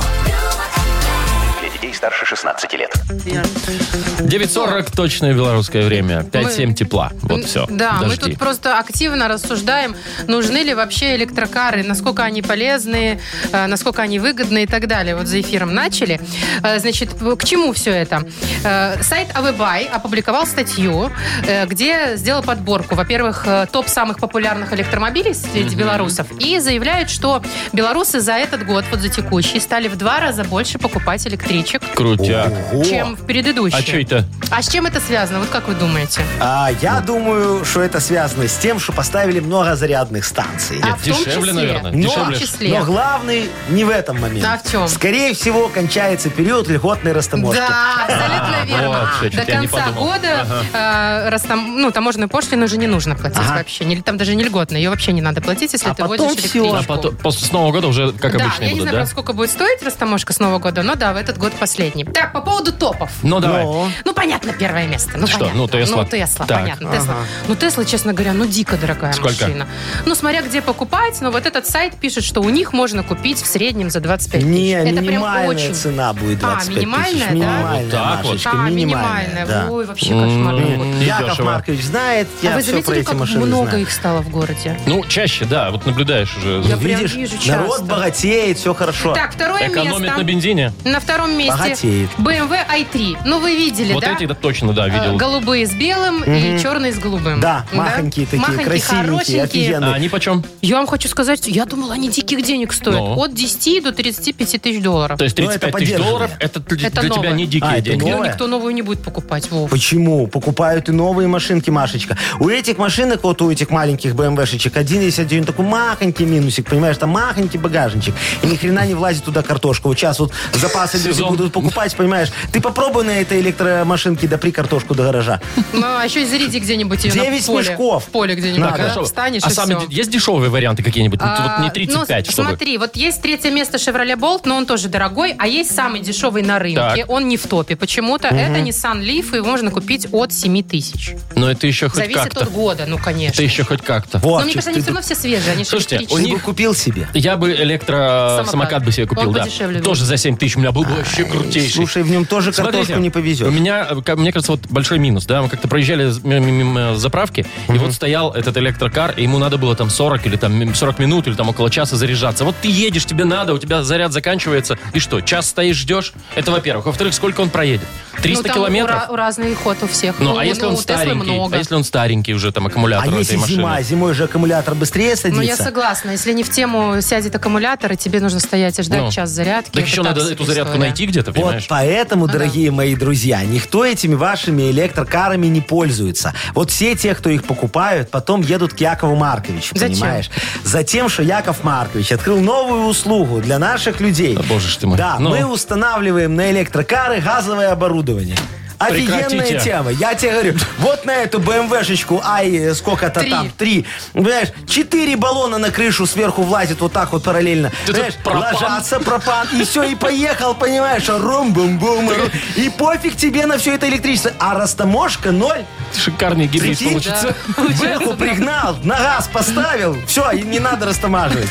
Для детей старше 16 лет.
9.40 – точное белорусское время. 5-7 тепла. Вот все.
Да,
Дожди.
мы тут просто активно рассуждаем, нужны ли вообще электрокары, насколько они полезны, э, насколько они выгодны и так далее. Вот за эфиром начали. Э, Значит, к чему все это? Э, Сайт Авебай опубликовал статью, э, где сделал подборку, во-первых, э, топ самых популярных электромобилей среди белорусов и заявляет, что белорусы за этот год, вот за текущий, стали в два раза больше покупать электричек,
Крутяк.
Ого.
чем в предыдущий.
А что это?
А с чем это связано? Вот как вы думаете?
А я думаю, что это связано с тем, что поставили много зарядных станций.
А в том
дешевле,
числе,
наверное,
в том
дешевле.
числе.
Но главный не в этом моменте.
А в чем?
Скорее всего, кончается период льготной растаможки.
Да, абсолютно верно.
вот, кстати,
До
я не
конца
подумал.
года э, раз там, ну, таможенную пошлину уже не нужно платить
Ага.
вообще. Не- Там даже не льготно. Ее вообще не надо платить, если
А
ты
потом
водишь
всё.
электричку.
А потом, после с Нового года уже, как
да,
обычно,
я не
будут,
знаю,
да?
правда, сколько будет стоить растаможка с Нового года, но да, в этот год последний. Так, по поводу топов.
Ну, давай.
Но.
Ну, понятно, первое место. Ну,
Что?
понятно.
Ну, Тесла.
Ну, Тесла,
Так.
понятно. Тесла. Ну, Тесла, честно говоря, ну, дико дорогая
Сколько?
машина. Ну, смотря где покупать, но вот этот сайт пишет, что у них можно купить в среднем за 25 тысяч.
Не,
Это прям
минимальная
очень...
цена будет 25
А, минимальная,
тысяч.
да?
Минимальная,
Вот так вот.
Машечка,
А,
минимальная.
минимальная.
да.
Ой, вообще кошмар. какой.
М,
Яков
недешево.
Маркович знает, я
а вы
все про
заметили,
эти
как
машины
много
знаю.
их стало в городе?
Ну, чаще, да, вот наблюдаешь уже.
Я прям
Видишь,
вижу часто.
народ богатеет, все хорошо.
Так, второе
Экономит
место.
на бензине.
На втором месте
Богатеет.
BMW i3. Ну, вы видели,
вот
да?
эти да, точно, да,
Э,
видел.
Голубые с белым и черные с голубым.
Да, махонькие такие, красивенькие,
хорошенькие.
офигенно.
А они почем?
Я вам хочу сказать, я думала, они диких денег стоят.
Ну.
От 10 до 35 тысяч долларов.
То есть
Ну, это
35 тысяч
подержанные.
долларов, это для,
Это
для тебя
новое.
не
А,
дикие
это
деньги.
Ну,
новое?
никто новую не будет покупать, Вов.
Почему? Покупают и новые машинки, Машечка. У этих машинок, вот у этих маленьких БМВшечек, один есть один такой махонький минусик, понимаешь, там махонький багажничек. И ни хрена не влазит туда картошка. Вот сейчас вот запасы люди
Сезон.
будут покупать, понимаешь. Ты попробуй на этой электромашинке допри картошку до гаража.
Ну, а еще и заряди где-нибудь ее на
Девять
поле.
мешков.
В поле где-нибудь.
Да,
да?
хорошо.
Встанешь
а
и
сами
все.
де- есть дешевые варианты какие-нибудь? Вот- вот не
А,
35,
ну,
чтобы...
Смотри, вот есть третье место Chevrolet Bolt, но он тоже дорогой, а есть самый дешевый на рынке.
Так.
Он не в топе. Почему-то это Nissan Leaf, его можно купить от 7 тысяч.
Но это еще хоть
Зависит
как-то.
от года, ну, конечно.
Это еще хоть как-то.
Но
Вот.
Ну, мне кажется, они все равно все свежие, они же
Слушайте, у
Ты
электрические.
бы
них-
купил себе.
Я бы электросамокат
Самокат.
бы себе купил,
Он
да.
подешевле был.
Тоже за 7 тысяч у меня был бы вообще крутейший.
Слушай, в нем тоже картошку
Смотрите,
не повезет.
У меня, э, ка- мне кажется, вот большой минус, да, мы как-то проезжали з- м- мимо э, заправки, и вот стоял этот электрокар, и ему надо было там 40 или там м, 40 минут, или там около часа заряжаться. Вот ты едешь, тебе надо, у тебя заряд заканчивается, и что, час стоишь, ждешь? Это во-первых. Во-вторых, сколько он проедет? 300
Ну, там
километров?
у ра- у разный ход у всех.
Ну,
Ну,
а если
ну,
он
у Теслы
старенький?
много.
А если он старенький уже, там,
А
аккумулятор у
если
этой машины?
зима, зимой же аккумулятор быстрее
Ну, я
садится.
согласна. Если не в тему сядет аккумулятор, и тебе нужно стоять и ждать
Ну.
час зарядки.
Так
это
еще
так
надо
себе
эту зарядку
история.
найти где-то, понимаешь?
Вот поэтому, дорогие мои друзья, никто этими вашими электрокарами не пользуется. Вот все те, кто их покупают, потом едут к Якову Марковичу,
Зачем?
понимаешь? Затем, что Яков Маркович открыл новую услугу для наших людей.
Да боже ж ты мой.
Да,
Ну.
мы устанавливаем на электрокары газовое оборудование. Офигенная
Прекратите.
тема. Я тебе говорю, вот на эту БМВшечку, ай, э, сколько-то
Три.
там, три. Понимаешь, четыре баллона на крышу сверху влазит вот так вот параллельно.
Ты тут
Понимаешь,
пропан.
ложатся пропан, и все, и поехал, понимаешь, рум бум бум И пофиг тебе на все это электричество. А растаможка ноль.
Шикарный гибрид
Прикинь?
получится.
Бэху пригнал, на газ поставил. Все, и не надо растамаживать.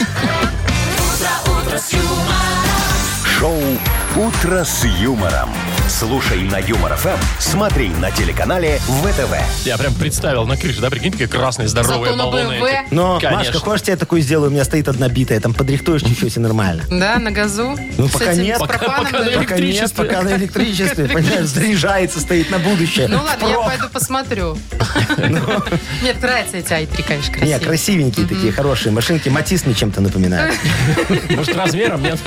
Шоу «Утро с юмором». Слушай на Юмор ФМ, смотри на телеканале ВТВ.
Я прям представил на крыше, да, прикинь, какие красные здоровые
Зато на
баллоны
BMW.
эти.
Но,
Конечно.
Машка, хочешь, я такую сделаю? У меня стоит одна битая, там подрихтуешь чуть-чуть и нормально.
Да, на газу.
Ну,
С
пока
этим,
нет.
с
Пока-
пропаном,
пока
наверное.
Пока нет,
Электричество.
пока на электричестве, понимаешь, заряжается, стоит на будущее.
Ну ладно, я
Впрок.
пойду посмотрю. Мне нравятся эти i3, конечно,
Не,
красивые.
красивенькие такие, хорошие машинки. Матис мне чем-то напоминает.
Может, размером, нет?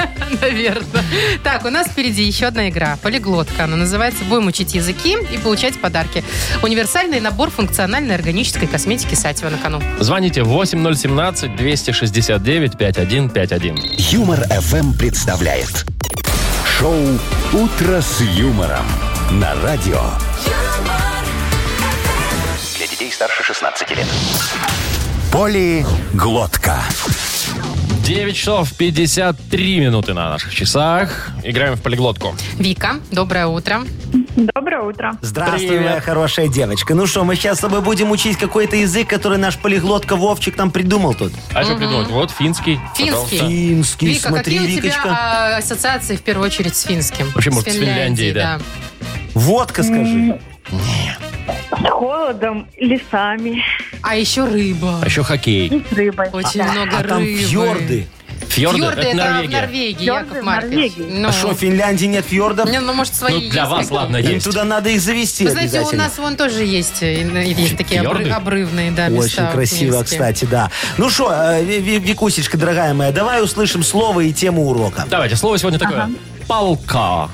Наверное. Так, у нас нас впереди еще одна игра. Полиглотка. Она называется «Будем учить языки и получать подарки». Универсальный набор функциональной органической косметики Сатьева на кону.
Звоните 8017-269-5151.
Юмор FM представляет шоу Утро с юмором на радио.
Для детей старше 16 лет.
Полиглотка.
9 часов 53 минуты на наших часах. Играем в полиглотку.
Вика, доброе утро.
Доброе утро.
Здравствуй,
Привет.
моя хорошая девочка. Ну что, мы сейчас с тобой будем учить какой-то язык, который наш полиглотка Вовчик нам придумал тут.
А что придумать? Вот финский.
Финский.
пожалуйста.
Финский,
Вика,
смотри,
какие у
Викочка.
тебя а, ассоциации в первую очередь с финским?
Вообще, может, с Финляндией, да.
Водка, скажи.
С холодом, лесами
А еще рыба.
А еще хоккей.
и с рыбой.
Очень
Да.
много
А
рыбы.
там фьорды.
Фьорды,
Фьорды
это
это в
Норвегия.
Норвегии,
Фьорды
Яков
в
Маркович.
Норвегии.
Ну,
А что, в Финляндии нет фьордов?
не, ну, может, свои
Ну, для
есть
вас,
какие-то.
ладно,
Им
есть.
туда надо их завести
Вы знаете, у
обязательно.
нас вон тоже есть, э, есть такие
Фьорды?
обры- обрывные, да, места
Очень красиво,
финские.
кстати, да. Ну что, Викусечка, дорогая моя, давай услышим слово и тему урока.
Давайте, слово сегодня такое. Палка.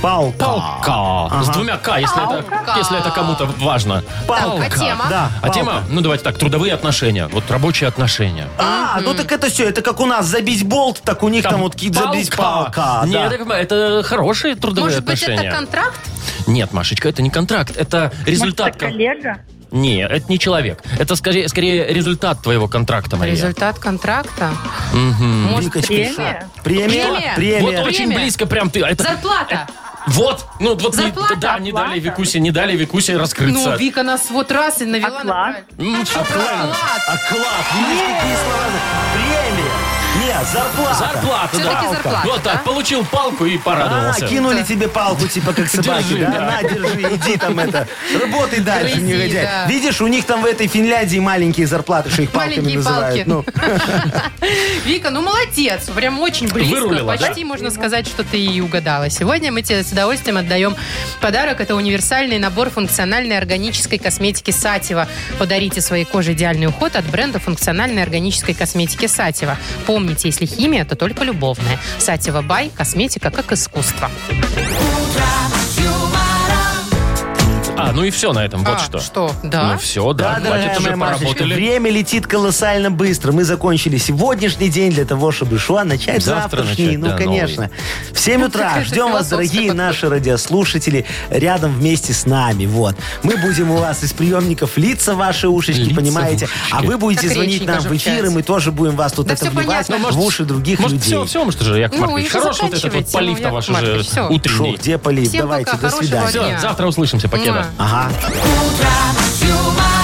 Палка.
Палка. С двумя К, если это, если это кому-то важно.
Палка.
Так, а тема?
Да,
А
палка.
тема, ну давайте так, трудовые отношения, вот рабочие отношения.
М-м.
А, ну так это все, это как у нас забить болт, так у них там, вот ки- забить палка.
Нет,
да.
Яков Маркович, это хорошие трудовые
Может быть,
отношения.
это контракт?
Нет, Машечка, это не контракт, это результат.
Может, это
кон-
коллега?
Не, это не человек. Это скорее, скорее результат твоего контракта, Мария.
Результат контракта?
Мгм.
Может,
Викочка.
премия?
Премия?
Премия?
Вот
Премия.
очень
Время.
близко прям ты. а это-
Зарплата?
Вот, ну вот не-
Зарплата,
да, не
оплата.
дали Викусе, не дали Викусе раскрыться.
Ну, Вика нас вот раз и навела на
Оклад?
правильный-
М,
Оклад. Оклад. А Видишь, какие слова? Премия. Нет, зарплата.
Зарплата,
Всё-таки
да.
зарплата,
вот
да?
так, получил палку и
А,
порадовался.
кинули тебе палку, типа как собаки,
Держи,
да?
да.
На, держи, иди там это. Работай дальше,
Грызи,
негодяй.
да.
Видишь, у них там в этой Финляндии маленькие зарплаты, что их палками
Маленькие
называют.
палки.
Ну,
Вика, ну молодец, прям очень близко.
Вырулила, да?
Почти можно сказать, что ты и угадала. Сегодня мы тебе с удовольствием отдаем подарок. Это универсальный набор функциональной органической косметики Сатева. Подарите своей коже идеальный уход от бренда функциональной органической косметики Сатева. Помните, если химия, то только любовная. Сатева Бай. Косметика как искусство.
А, ну и все на этом, вот
А,
что.
что? Да?
Ну все, да,
да,
хватит
дорогая
уже,
моя Машечка,
поработали.
время летит колоссально быстро. Мы закончили сегодняшний день для того, чтобы шо, начать
Завтра
завтрашний.
начать,
ну,
да,
конечно. В 7 утра
какая-то
ждем вас,
философская
дорогие
подходит.
наши радиослушатели, рядом вместе с нами. Вот. Мы будем у вас из приемников лица ваши ушечки,
Лица,
понимаете? А
ушечки.
вы будете
Как
звонить
реченька
нам
же
в
в
эфир, и
чате.
мы тоже будем вас тут
Да
это
всё
вливать
понятно.
в уши других
может,
людей.
все, все, может же, Яков
Ну,
Маркович.
и вы
Хорош вот этот вот
заканчиваете,
полив
ну,
то
Яков
ваш
Маркович,
уже
всё.
Шо,
утренний.
где полив?
Всем
Давайте,
пока,
до
хорошего
свидания.
Все,
Понятно.
завтра услышимся, покеда.
Муа.
Ага.
Юмор.